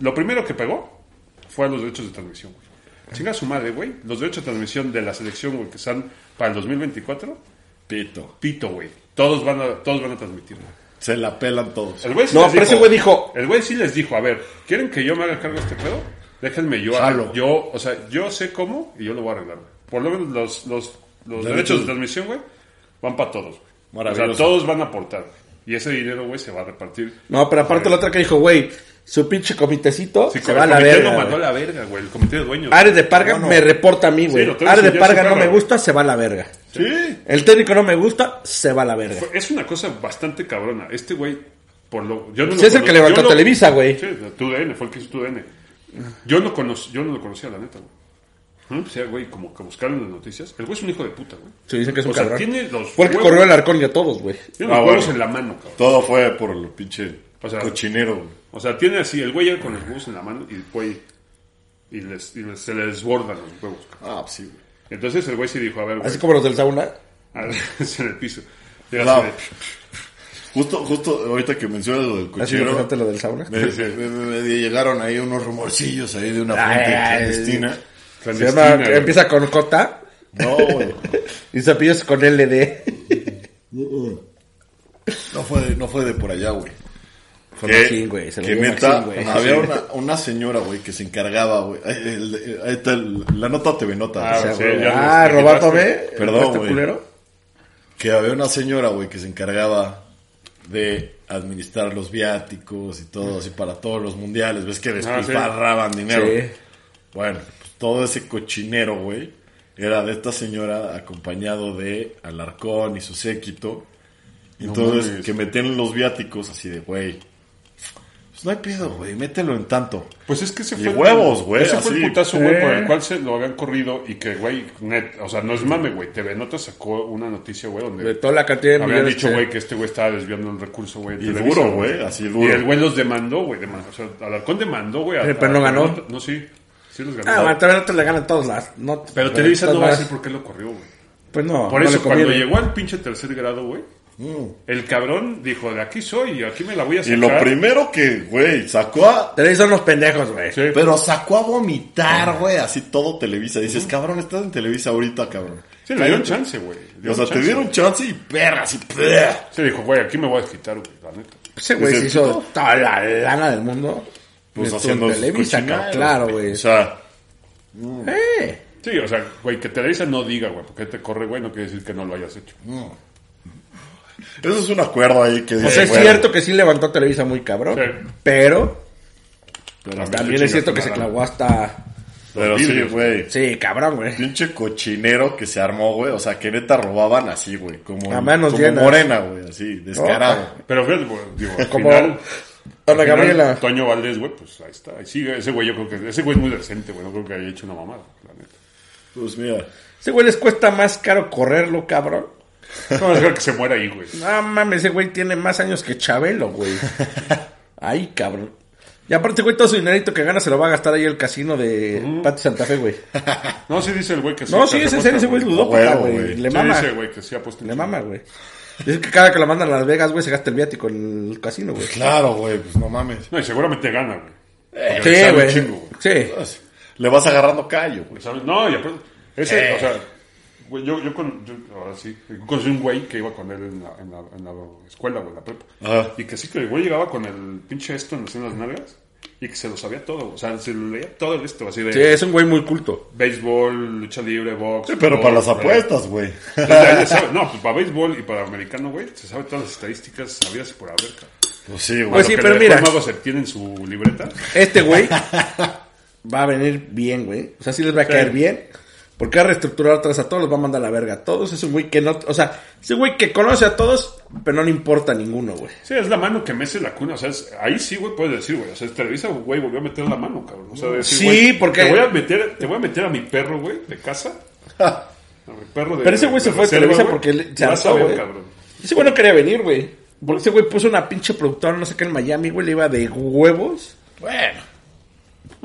Speaker 2: lo primero que pegó fue a los derechos de transmisión, güey. Chinga su madre, güey. Los derechos de transmisión de la selección, güey, que están para el 2024,
Speaker 1: Pito.
Speaker 2: pito, güey. Todos van a, todos van a transmitir, güey.
Speaker 1: Se la pelan todos.
Speaker 2: El güey sí
Speaker 3: No,
Speaker 2: les
Speaker 3: pero ese güey dijo-
Speaker 2: El güey sí les dijo, a ver, ¿quieren que yo me haga cargo de este pedo? Déjenme yo.
Speaker 1: Jalo.
Speaker 2: Yo, o sea, yo sé cómo y yo lo voy a arreglar. güey. Por lo menos los, los, los
Speaker 1: Derechos.
Speaker 2: derechos de transmisión, güey, van para todos. güey.
Speaker 1: Maravilloso.
Speaker 2: O sea, todos van a aportar. güey. Y ese dinero, güey, se va a repartir.
Speaker 3: No, pero aparte la otra que dijo, güey, su pinche comitecito
Speaker 2: Pues. Sí,
Speaker 3: se
Speaker 2: el
Speaker 3: va a la
Speaker 2: comité
Speaker 3: verga.
Speaker 2: lo mandó a
Speaker 3: güey.
Speaker 2: la verga, güey. El comité de dueños.
Speaker 3: Ares de Parga
Speaker 1: No, no.
Speaker 3: me reporta a mí, güey.
Speaker 2: lo traes
Speaker 3: Ares
Speaker 2: y
Speaker 3: de
Speaker 2: ya
Speaker 3: Parga
Speaker 2: se
Speaker 3: no
Speaker 2: acaba.
Speaker 3: me gusta, se va a la verga.
Speaker 1: Sí.
Speaker 3: El técnico no me gusta, se va a la verga.
Speaker 2: Fue- Es una cosa bastante cabrona. Este güey, por lo. Yo no
Speaker 3: Sí,
Speaker 2: lo
Speaker 3: es el
Speaker 2: cono-
Speaker 3: que levantó
Speaker 2: yo no-
Speaker 3: Televisa, güey.
Speaker 2: Sí, tu DN, fue el que hizo tu DN. Yo no, conoc- yo no lo conocía, la neta, güey. ¿Mm? O sea, güey, como que buscaron las noticias. El güey es un hijo de puta, güey.
Speaker 3: Sí, dicen que es un
Speaker 2: o sea,
Speaker 3: cabrón.
Speaker 2: tiene los
Speaker 3: Fue el que
Speaker 2: huevos-
Speaker 3: corrió el arcón y a todos, güey.
Speaker 2: Tiene los
Speaker 1: Ah,
Speaker 2: huevos
Speaker 1: bueno.
Speaker 2: en la mano, cabrón.
Speaker 1: Todo fue por el pinche
Speaker 2: O sea-
Speaker 1: cochinero, güey.
Speaker 2: O sea, tiene así, el güey llega con los huevos en la mano y el güey. Y, les, y les- se le desbordan los huevos. cabrón.
Speaker 1: Ah, pues sí, güey.
Speaker 2: Entonces el güey se dijo, a ver, güey.
Speaker 3: Así como los del sauna.
Speaker 2: a ver, en el piso. Y así
Speaker 1: Claro.
Speaker 2: de-
Speaker 1: Justo, justo ahorita que mencionas lo del
Speaker 3: Así lo
Speaker 1: cochinero.
Speaker 3: pensaste lo del sauna.
Speaker 1: Me, me- me- me llegaron ahí unos rumorcillos ahí de una
Speaker 3: Ah,
Speaker 1: fuente
Speaker 3: Ay, ay,
Speaker 1: clandestina.
Speaker 3: eh. Se
Speaker 2: clandestina,
Speaker 3: llama,
Speaker 2: güey.
Speaker 3: empieza con Cota
Speaker 1: No, güey.
Speaker 3: y su apellido es con LD.
Speaker 1: No fue, de- no fue de por allá, güey.
Speaker 3: Con
Speaker 1: Que-
Speaker 3: Maxín, güey. Se lo
Speaker 1: que
Speaker 3: dio
Speaker 1: neta,
Speaker 3: Maxín, güey.
Speaker 1: había una, una señora, güey, que se encargaba, güey. Ahí, el- ahí está el- la nota TV Nota.
Speaker 2: Ah,
Speaker 3: O sea,
Speaker 2: sí,
Speaker 3: güey,
Speaker 2: ya lo
Speaker 3: ah,
Speaker 2: desquitaste.
Speaker 3: robándome.
Speaker 1: Perdón,
Speaker 3: ¿Este
Speaker 1: güey.
Speaker 3: culero?
Speaker 1: Que había una señora, güey, que se encargaba de administrar los viáticos y todo así para todos los mundiales. ¿Ves que despilfarraban dinero?
Speaker 3: Ah, Sí.
Speaker 1: Bueno, pues, todo ese cochinero, güey, era de esta señora acompañado de Alarcón y su séquito. Entonces,
Speaker 2: mames.
Speaker 1: que metían los viáticos así de, güey, pues no hay pedo, güey, mételo en tanto.
Speaker 2: Pues es que ese
Speaker 1: Y
Speaker 2: fue. el-
Speaker 1: huevos, güey,
Speaker 2: Ese fue
Speaker 1: así.
Speaker 2: el putazo, güey,
Speaker 3: Eh.
Speaker 2: por el cual se lo habían corrido y que, güey, net, o sea, no es mame, güey. TV Nota sacó una noticia, güey,
Speaker 3: De
Speaker 2: donde
Speaker 3: toda la cantidad de
Speaker 2: habían
Speaker 3: millones
Speaker 2: dicho,
Speaker 3: que-
Speaker 2: güey, que este güey estaba desviando el recurso, güey. de
Speaker 1: Y
Speaker 2: Televisa,
Speaker 1: duro, güey, así
Speaker 2: Y
Speaker 1: duro.
Speaker 2: el güey los demandó, güey. demandó, O sea, Alarcón demandó, güey. a-
Speaker 3: Pero
Speaker 2: a-
Speaker 3: no ganó.
Speaker 2: No, sí, sí los ganó.
Speaker 3: Ah, bueno, también no te la ganan todos las. No,
Speaker 2: pero Televisa
Speaker 3: todas
Speaker 2: no va a
Speaker 3: las-
Speaker 2: decir por qué lo corrió, güey.
Speaker 3: Pues no.
Speaker 2: Por
Speaker 3: no
Speaker 2: eso,
Speaker 3: le
Speaker 2: cuando
Speaker 3: conviene.
Speaker 2: llegó al pinche tercer grado, güey, el cabrón dijo, de aquí soy, aquí me la voy
Speaker 1: Mm.
Speaker 2: a
Speaker 1: Y
Speaker 2: sacar.
Speaker 1: lo primero que, güey, sacó a...
Speaker 3: Televisa son los pendejos, güey.
Speaker 2: Sí.
Speaker 1: Pero sacó a vomitar, güey, así todo Televisa. Dices, cabrón, estás en Televisa ahorita, cabrón.
Speaker 2: Sí, le dieron chance, güey. Le
Speaker 1: O sea,
Speaker 2: chance,
Speaker 1: te dieron
Speaker 2: güey.
Speaker 1: chance y perra, así... ¡pleh!
Speaker 2: Se dijo, güey, aquí me voy a quitar, güey, la neta.
Speaker 3: Ese güey se
Speaker 1: Dice,
Speaker 3: hizo toda la lana del mundo.
Speaker 1: Pues
Speaker 3: Con
Speaker 1: haciendo sus
Speaker 3: Televisa,
Speaker 1: cochinadas,
Speaker 3: claro, güey.
Speaker 1: O sea,
Speaker 3: Eh.
Speaker 2: Sí, o sea, güey, que Televisa no diga, güey, porque te corre, güey, no quiere decir que no lo hayas hecho.
Speaker 1: eso es un acuerdo ahí que
Speaker 3: O
Speaker 1: dice,
Speaker 3: sea, Pues es
Speaker 1: bueno,
Speaker 3: cierto que sí levantó Televisa muy cabrón,
Speaker 2: Sí.
Speaker 3: pero
Speaker 1: Pero,
Speaker 3: también es cierto que se clavó hasta...
Speaker 1: pero sí, güey.
Speaker 3: Sí, cabrón, güey.
Speaker 1: Pinche cochinero que se armó, güey. O sea, que neta robaban así, güey. Como,
Speaker 3: A manos
Speaker 1: como
Speaker 3: llenas.
Speaker 1: morena, güey. Así, descarado.
Speaker 2: Pero, fíjate, güey, digo, al
Speaker 3: Como
Speaker 2: final...
Speaker 3: Ana
Speaker 2: al final,
Speaker 3: Gabriela.
Speaker 2: Toño Valdés, güey, pues ahí está. Ahí sigue. Ese güey, yo creo que... Ese güey es muy decente, güey. No creo que haya hecho una mamada, la neta.
Speaker 1: Pues mira.
Speaker 3: Ese güey les cuesta más caro correrlo, cabrón.
Speaker 2: No vas a dejar que se muera ahí, güey.
Speaker 3: No mames, ese güey tiene más años que Chabelo, güey. Ay, cabrón. Y aparte, güey, todo su dinerito que gana se lo va a gastar ahí el casino de Pati Santa Fe, güey.
Speaker 2: No, sí dice el güey que sí.
Speaker 3: No,
Speaker 2: que
Speaker 3: sí, es en
Speaker 2: apuesta,
Speaker 3: serio, ese güey es
Speaker 2: güey.
Speaker 3: ludópata,
Speaker 1: Huevo,
Speaker 3: güey.
Speaker 1: güey.
Speaker 3: Le
Speaker 2: Sí
Speaker 3: mama,
Speaker 2: dice, güey, que sí apuesta.
Speaker 3: le mama, güey. Dice que cada que lo mandan a Las Vegas, güey, se gasta el viático en el casino, güey.
Speaker 1: Claro, güey. Pues no mames.
Speaker 2: No, y seguramente gana, güey. Porque le
Speaker 3: Eh, Sí,
Speaker 2: sabe un
Speaker 3: güey.
Speaker 2: chingo, güey.
Speaker 3: Sí.
Speaker 1: Pues, Le vas agarrando callo, güey.
Speaker 2: ¿Sabes? No, y aparte, ese,
Speaker 1: Eh.
Speaker 2: o sea, güey, yo, yo, con, yo ahora sí, yo conocí un güey que iba con él en la, en la, en la escuela, güey, en la prepa.
Speaker 1: Ajá.
Speaker 2: Y que sí, que el güey llegaba con el pinche esto en las- en las nalgas y que se lo sabía todo, o sea, se lo leía todo el esto, así de
Speaker 3: Sí, es un güey muy culto.
Speaker 2: béisbol, lucha libre, box.
Speaker 1: Sí, pero
Speaker 2: fútbol,
Speaker 1: para las
Speaker 2: güey.
Speaker 1: apuestas, güey.
Speaker 2: Entonces, ya le sabe- no, pues para béisbol y para americano, güey, se sabe todas las estadísticas sabidas y por haber. cabrón.
Speaker 1: Pues sí, güey.
Speaker 3: Pues sí,
Speaker 2: Lo que
Speaker 3: pero
Speaker 2: le
Speaker 3: mira.
Speaker 2: dejó el mago se tiene en su libreta.
Speaker 3: Este güey va a venir bien, güey. O sea, sí les va a caer bien. Porque va a reestructurar atrás a todos, los va a mandar a la verga a todos. Es un güey que no... O sea, es un güey que conoce a todos, pero no le importa a ninguno, güey.
Speaker 2: Sí, es la mano que mece la cuna. O sea, es- ahí sí, güey, puedes decir, güey. O sea, es Televisa, güey, volvió a meter la mano, cabrón. O sea, decir,
Speaker 3: Sí,
Speaker 2: güey,
Speaker 3: porque-
Speaker 2: Te voy, a meter, te voy a meter a mi perro, güey, de casa. A mi perro de.
Speaker 3: Pero ese güey se
Speaker 2: de
Speaker 3: fue de
Speaker 2: reserva,
Speaker 3: Televisa
Speaker 2: güey,
Speaker 3: porque le- se
Speaker 2: y vas a
Speaker 3: hartó,
Speaker 2: ver,
Speaker 3: güey.
Speaker 2: cabrón.
Speaker 3: Ese güey no quería venir, güey. Porque ese güey puso una pinche productora, no sé qué, en Miami, güey, le iba de huevos.
Speaker 1: Bueno.
Speaker 2: Ah,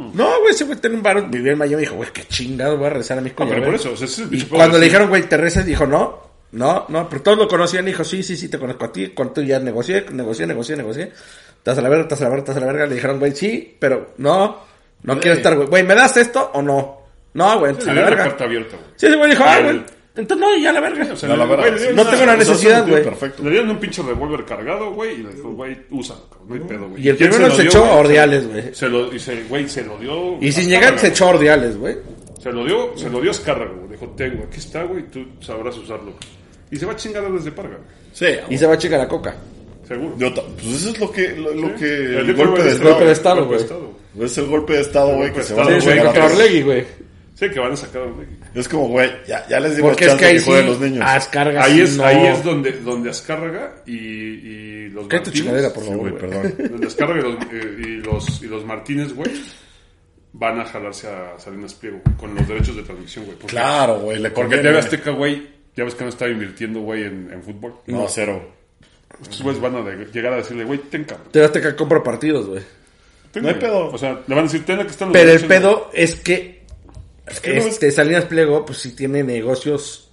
Speaker 2: Mm.
Speaker 3: No, güey, ese güey tenía un bar, vivía en Miami, dijo, güey, qué chingado, voy a rezar a mi
Speaker 2: No,
Speaker 3: coño.
Speaker 2: pero por eso, o sea, ese es el
Speaker 3: Y
Speaker 2: pinche
Speaker 3: cuando
Speaker 2: pobre,
Speaker 3: le
Speaker 2: sí.
Speaker 3: dijeron, güey, te rezas, dijo, no, no, no, pero todos lo conocían, dijo, sí, sí, sí, te conozco a ti, con tú ya negocié, negocié, negocié, negocié. Estás a la verga, estás a la verga, estás a la verga. Le dijeron, güey, sí, pero no, no quiero estar, güey. Güey, ¿me das esto o no? No, güey, entonces
Speaker 2: Le
Speaker 3: a la
Speaker 2: dio la
Speaker 3: verga.
Speaker 2: carta abierta, güey.
Speaker 3: Sí, ese güey dijo, ah,
Speaker 2: Al-
Speaker 3: güey, entonces no, ya a la verga.
Speaker 2: O sea,
Speaker 1: No, la
Speaker 2: güey,
Speaker 1: verdad,
Speaker 2: le dieron
Speaker 3: no
Speaker 2: una-
Speaker 3: tengo la
Speaker 2: o sea,
Speaker 3: necesidad,
Speaker 1: sentido
Speaker 3: güey.
Speaker 1: perfecto.
Speaker 2: Le dieron un pinche revólver cargado, güey, y le dijo, güey, úsalo, cabrón, no hay pedo, güey.
Speaker 3: Y el
Speaker 2: quién
Speaker 3: primero
Speaker 2: lo
Speaker 3: se
Speaker 2: dio,
Speaker 3: echó
Speaker 2: güey?
Speaker 3: a Ordiales, güey.
Speaker 2: Se lo, y se, güey, se lo dio.
Speaker 3: Y sin
Speaker 2: hasta
Speaker 3: llegar
Speaker 2: la-
Speaker 3: se echó a Ordiales, güey.
Speaker 2: Se lo dio, se lo dio Escarra, güey. Dijo, tengo, aquí está, güey, tú sabrás usarlo. Y se va a chingar desde Parga, güey.
Speaker 1: Sí,
Speaker 3: Y
Speaker 1: güey.
Speaker 3: se va a checar la coca.
Speaker 2: Seguro.
Speaker 1: Yo ta- Pues eso es lo que. Lo, lo
Speaker 2: Sí.
Speaker 1: que el,
Speaker 2: Yo creo
Speaker 1: golpe de
Speaker 2: que es el
Speaker 1: Estado.
Speaker 3: golpe de Estado,
Speaker 2: Golpe de
Speaker 3: güey.
Speaker 2: Estado.
Speaker 1: Es el golpe de Estado, güey, que
Speaker 2: de
Speaker 1: se
Speaker 2: Estado,
Speaker 1: van a
Speaker 3: Sí, se
Speaker 1: jugar a
Speaker 3: contra
Speaker 1: los-
Speaker 3: Orlegui, güey.
Speaker 2: Sí, que van a sacar a Orlegui.
Speaker 1: Es como, güey, ya, ya les dimos
Speaker 3: Porque es
Speaker 1: chance
Speaker 3: que ahí
Speaker 1: que
Speaker 3: sí,
Speaker 1: jueguen los niños.
Speaker 3: Azcárraga
Speaker 2: Ahí
Speaker 3: sí
Speaker 2: es,
Speaker 3: no.
Speaker 2: ahí es donde, donde Azcárraga y, y los
Speaker 3: ¿Qué tu chingadera, por
Speaker 1: Sí,
Speaker 3: favor,
Speaker 1: güey,
Speaker 3: güey?
Speaker 1: perdón.
Speaker 2: Donde Azcárraga y los, eh, y los, y los Martínez, güey, van a jalarse a Salinas Pliego güey, con los derechos de transmisión, güey. Porque-
Speaker 1: Claro, güey, le
Speaker 2: Porque
Speaker 1: te
Speaker 2: TV Azteca, güey, ya ves que no está invirtiendo, güey, en, en fútbol.
Speaker 1: No, cero.
Speaker 2: Estos güeyes van a de- llegar a decirle, güey, ten cabrón.
Speaker 3: Te das que compro partidos, güey.
Speaker 2: ten,
Speaker 1: No hay
Speaker 2: güey.
Speaker 1: pedo.
Speaker 2: O sea, le van a decir, ten, aquí están los
Speaker 3: Pero el
Speaker 2: derechos, güey.
Speaker 3: pedo es que,
Speaker 1: que no
Speaker 3: este, Salinas Pliego, pues sí tiene negocios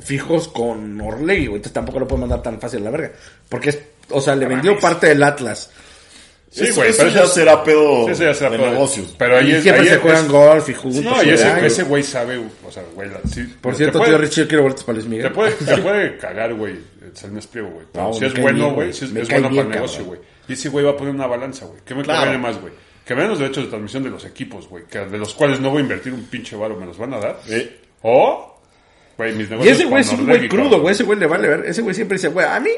Speaker 3: fijos con Orlegui, güey. Entonces tampoco lo puede mandar tan fácil a la verga. Porque es, o sea, le vendió parte del Atlas.
Speaker 2: Sí,
Speaker 1: Eso-
Speaker 2: güey,
Speaker 1: eso
Speaker 2: pero
Speaker 1: ya
Speaker 2: eso-
Speaker 1: será pedo
Speaker 2: Sí, sí, ya será
Speaker 1: de
Speaker 2: pedo.
Speaker 1: negocios.
Speaker 2: Pero ahí
Speaker 3: y
Speaker 2: es,
Speaker 3: siempre
Speaker 2: ahí
Speaker 3: se
Speaker 2: es-
Speaker 3: juegan golf y juntos.
Speaker 2: No, y
Speaker 3: güey.
Speaker 2: ese
Speaker 3: Ay,
Speaker 2: ese güey sabe, o sea, güey, la- sí.
Speaker 3: Por
Speaker 2: te
Speaker 3: cierto,
Speaker 2: puede-
Speaker 3: tío Richie, yo quiero boletos para Luis Miguel.
Speaker 2: Te puede, te puede cagar, güey, el Salinas Pliego, güey. Pero
Speaker 3: No,
Speaker 2: si
Speaker 3: me
Speaker 2: es
Speaker 3: cae
Speaker 2: bueno,
Speaker 3: bien,
Speaker 2: güey,
Speaker 3: güey.
Speaker 2: si es,
Speaker 3: Me
Speaker 2: es
Speaker 3: cae
Speaker 2: bueno
Speaker 3: bien,
Speaker 2: para el negocio, güey.
Speaker 3: cabrón.
Speaker 2: Y ese güey va a poner una balanza, güey. ¿Qué me
Speaker 1: Claro.
Speaker 2: conviene más, güey? Que me den los derechos de transmisión de los equipos, güey, que de los cuales no voy a invertir un pinche varo, me los van a dar.
Speaker 1: Sí.
Speaker 2: O, güey, mis
Speaker 3: Y
Speaker 2: negocios.
Speaker 3: ese güey es
Speaker 2: con
Speaker 3: un güey
Speaker 2: Orlegui,
Speaker 3: crudo,
Speaker 2: cabrón.
Speaker 3: güey. Ese güey le vale ver. Ese güey siempre dice, güey, a mí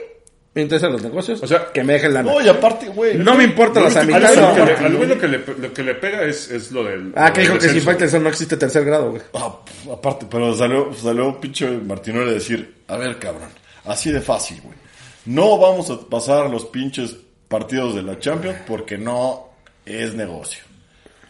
Speaker 3: me interesan los negocios.
Speaker 2: O sea,
Speaker 3: que me dejen la
Speaker 1: No, y aparte, güey.
Speaker 3: No me importan las
Speaker 2: Al güey
Speaker 3: amistades. no
Speaker 2: lo que
Speaker 3: me
Speaker 2: le- Al
Speaker 3: importan.
Speaker 2: güey Ah, lo que le, lo que le pega es, es lo del.
Speaker 3: Ah,
Speaker 2: lo
Speaker 3: que
Speaker 2: del
Speaker 3: dijo que sin
Speaker 2: descenso.
Speaker 3: Faitelson no existe tercer grado, güey.
Speaker 1: Ah, pf, aparte, pero salió, salió un pinche Martino a decir, a ver, cabrón, así de fácil, güey. No vamos a pasar los pinches partidos de la Champions porque no es negocio.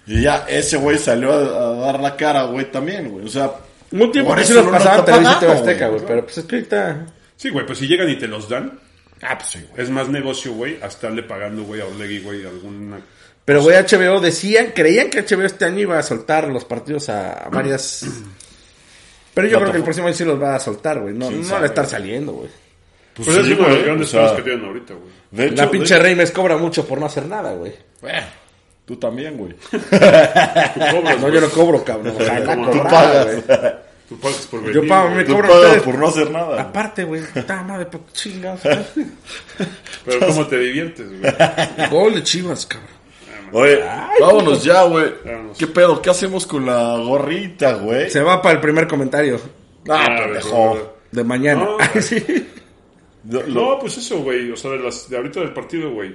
Speaker 1: Y ya ese güey salió a, a dar la cara, güey, también, güey. O sea,
Speaker 3: Un tiempo
Speaker 1: por
Speaker 3: que sí
Speaker 1: eso
Speaker 3: los
Speaker 1: no nos
Speaker 3: pasaba
Speaker 1: está
Speaker 3: Televisa y TV
Speaker 1: pagando,
Speaker 3: Azteca, güey. Pero pues es que ahorita...
Speaker 2: Sí, güey, pues si llegan y te los dan,
Speaker 1: Ah, pues sí, güey.
Speaker 2: es más negocio, güey, a estarle pagando, güey, a Orlegui, güey, alguna
Speaker 3: Pero, güey, HBO decían, creían que HBO este año iba a soltar los partidos a, a varias... Pero yo creo que el próximo año sí los va a soltar, güey. No,
Speaker 1: ¿Quién
Speaker 3: no van
Speaker 1: sabe?
Speaker 3: a estar saliendo, güey.
Speaker 1: Pues
Speaker 2: Pues
Speaker 1: sí,
Speaker 2: es uno de los
Speaker 1: güey.
Speaker 2: grandes
Speaker 1: o sea,
Speaker 2: pedos que tienen ahorita, güey.
Speaker 1: de hecho,
Speaker 3: La pinche
Speaker 1: de-
Speaker 3: Reimes cobra mucho por no hacer nada, güey.
Speaker 1: Bueno, tú también, güey.
Speaker 2: Tú cobras,
Speaker 3: No,
Speaker 2: güey.
Speaker 3: yo no cobro, cabrón. Ojalá
Speaker 2: Como tú
Speaker 3: cobrara,
Speaker 1: pagas.
Speaker 3: güey.
Speaker 2: Tú pagas por venir.
Speaker 3: Yo pago,
Speaker 2: güey.
Speaker 3: me
Speaker 1: Tú
Speaker 3: cobro
Speaker 1: pagas
Speaker 3: ustedes.
Speaker 1: por no hacer nada, güey.
Speaker 3: Aparte, güey. Puta madre, por chingados.
Speaker 2: Pero ¿cómo te diviertes, güey?
Speaker 3: Gol de chivas, cabrón.
Speaker 1: Oye, vámonos ya, güey.
Speaker 2: Vámonos.
Speaker 1: ¿Qué pedo? ¿Qué hacemos con la gorrita, güey?
Speaker 3: Se va para el primer comentario
Speaker 1: Ah,
Speaker 2: Ah,
Speaker 1: pendejo.
Speaker 3: de mañana.
Speaker 2: No.
Speaker 3: Ay, sí.
Speaker 1: Lo- lo-
Speaker 2: No, pues eso, güey. O sea, de, las, de ahorita del partido, güey.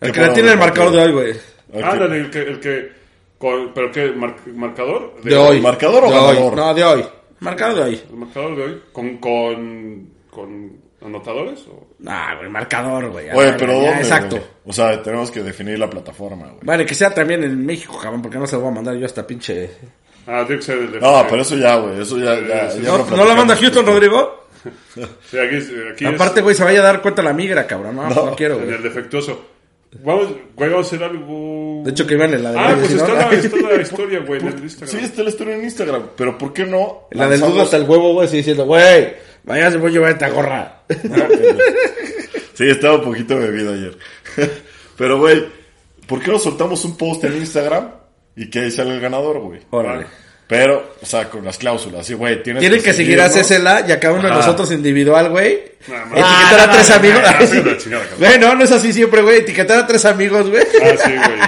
Speaker 3: El que
Speaker 1: Qué
Speaker 3: la tiene el
Speaker 1: bueno,
Speaker 3: marcador de hoy, güey.
Speaker 1: Ok.
Speaker 2: Ándale, el que. El que con- ¿Pero qué? Mar- ¿Marcador?
Speaker 3: De hoy.
Speaker 1: ¿Marcador o
Speaker 3: De hoy.
Speaker 1: ganador?
Speaker 3: No, de hoy. Marcador de hoy.
Speaker 2: ¿El marcador de hoy? ¿Con, con, con anotadores? O?
Speaker 3: Nah, Ah, güey, marcador, güey.
Speaker 1: Oye,
Speaker 3: Ya,
Speaker 1: pero
Speaker 3: ya,
Speaker 1: ¿dónde?
Speaker 3: Exacto.
Speaker 1: güey? O sea, tenemos que definir la plataforma, güey.
Speaker 3: Vale, que sea también en México, cabrón, porque no se lo voy a mandar yo hasta pinche.
Speaker 2: Ah, tiene que ser el de.
Speaker 1: No, pero eso ya, güey. Eso ya, ya, ya
Speaker 3: ¿No,
Speaker 1: lo
Speaker 3: no la manda Houston, Rodrigo?
Speaker 2: Sí, aquí es- aquí es-
Speaker 3: Aparte, güey, se vaya a dar cuenta la migra, cabrón. No, no, quiero,
Speaker 2: En
Speaker 3: güey.
Speaker 2: el defectuoso. Vamos, güey, vamos a hacer algo.
Speaker 3: De hecho, que iban en la de
Speaker 2: Ah,
Speaker 3: Rodrigo,
Speaker 2: pues
Speaker 3: si no,
Speaker 2: está,
Speaker 3: no.
Speaker 2: la, está la historia, güey, en el
Speaker 1: Sí,
Speaker 2: Instagram.
Speaker 1: está la historia en Instagram. Pero ¿por qué no?
Speaker 3: La del
Speaker 1: lanzamos-
Speaker 3: dudo hasta el huevo, güey, así diciendo, güey, vaya, se voy a llevar esta gorra.
Speaker 1: Sí, estaba un poquito bebido ayer. Pero, güey, ¿por qué no soltamos un post en Instagram y que ahí sale el ganador, güey?
Speaker 3: Órale.
Speaker 1: Pero, o sea, con las cláusulas, sí, güey. Tienes
Speaker 3: Tienen que seguir a
Speaker 1: seguirnos.
Speaker 3: CCLA y a cada uno de
Speaker 1: Ajá.
Speaker 3: nosotros individual, güey.
Speaker 2: Nada más.
Speaker 3: Etiquetar a tres amigos.
Speaker 2: no, no, no, no, chingada, cabrón.
Speaker 3: Güey, no, no es así siempre, güey. Etiquetar a tres amigos, güey.
Speaker 2: Ah, sí, güey.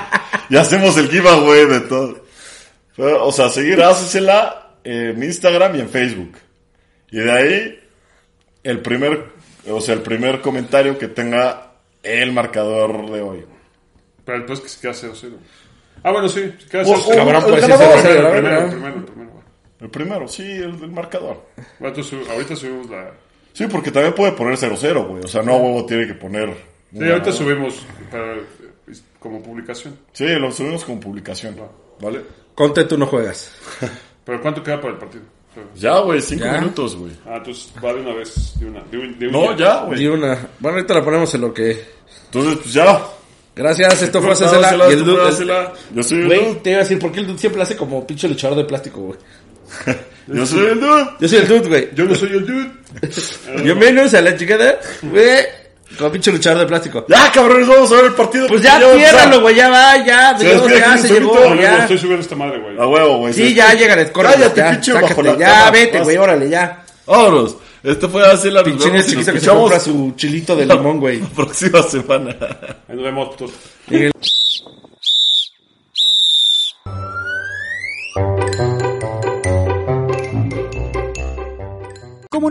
Speaker 1: Y hacemos el giveaway de todo. Pero, o sea, seguir Hácesela en Instagram y en Facebook. Y de ahí, el primer, o sea, el primer comentario que tenga el marcador de hoy.
Speaker 2: Pero el post que se queda 0-0. Ah, bueno, sí, se queda
Speaker 1: Oh,
Speaker 2: 0-0.
Speaker 3: Cabrón,
Speaker 1: el
Speaker 3: pues
Speaker 1: ganador,
Speaker 3: sí, se va a
Speaker 2: el
Speaker 3: hacer,
Speaker 2: primero,
Speaker 3: la
Speaker 2: el primero, el
Speaker 3: verdad.
Speaker 2: primero, el primero, güey.
Speaker 1: El primero, sí, el del marcador.
Speaker 2: Bueno, entonces, ahorita subimos la.
Speaker 1: Sí, porque también puede poner 0-0, güey. O sea, no a huevo tiene que poner.
Speaker 2: Sí, ahorita subimos para- como publicación.
Speaker 1: Sí, lo subimos con publicación. ¿Vale?
Speaker 3: Conte, tú no juegas.
Speaker 2: Pero ¿cuánto queda para el partido? O sea,
Speaker 1: Ya, güey, 5
Speaker 3: Ya.
Speaker 1: minutos, güey.
Speaker 2: Ah, entonces va de una vez, de una. De un, de un
Speaker 1: No,
Speaker 2: día.
Speaker 1: ya, güey.
Speaker 3: Y una. Bueno, ahorita la ponemos en lo que.
Speaker 1: Entonces, pues ya.
Speaker 3: Gracias, esto fue
Speaker 1: Hácela,
Speaker 3: CCLA. Y el
Speaker 1: tú
Speaker 3: dude-
Speaker 1: hácela. Yo soy el
Speaker 3: Güey,
Speaker 1: dude.
Speaker 3: te iba a decir, ¿por qué el dude siempre hace como pinche luchador de plástico, güey?
Speaker 1: Yo soy el dude.
Speaker 3: Yo soy el dude, güey.
Speaker 2: Yo no soy el dude.
Speaker 3: Yo menos a la chingada, güey. Como pinche luchador de plástico.
Speaker 1: Ya, cabrones, vamos a ver el partido.
Speaker 3: Pues ya,
Speaker 1: vamos a-
Speaker 3: ciérralo, güey, ya va, ya.
Speaker 1: Se
Speaker 3: ya,
Speaker 1: despide
Speaker 3: ya,
Speaker 1: aquí
Speaker 3: se
Speaker 1: solito,
Speaker 3: llegó,
Speaker 2: No, no, no,
Speaker 3: ya.
Speaker 2: estoy subiendo esta madre, güey.
Speaker 1: A huevo, güey.
Speaker 3: Sí, ya, llegale, corre.
Speaker 1: Cállate,
Speaker 3: ya,
Speaker 1: pinche
Speaker 3: sácate,
Speaker 1: bajo la
Speaker 3: ya,
Speaker 1: cama,
Speaker 3: vete,
Speaker 1: vas.
Speaker 3: güey, órale, ya.
Speaker 1: Vámonos. Este fue así la
Speaker 3: Pinche niño chiquito que se compra su chilito de limón, güey.
Speaker 1: La próxima semana.
Speaker 2: Ahí nos vemos todos.
Speaker 4: Como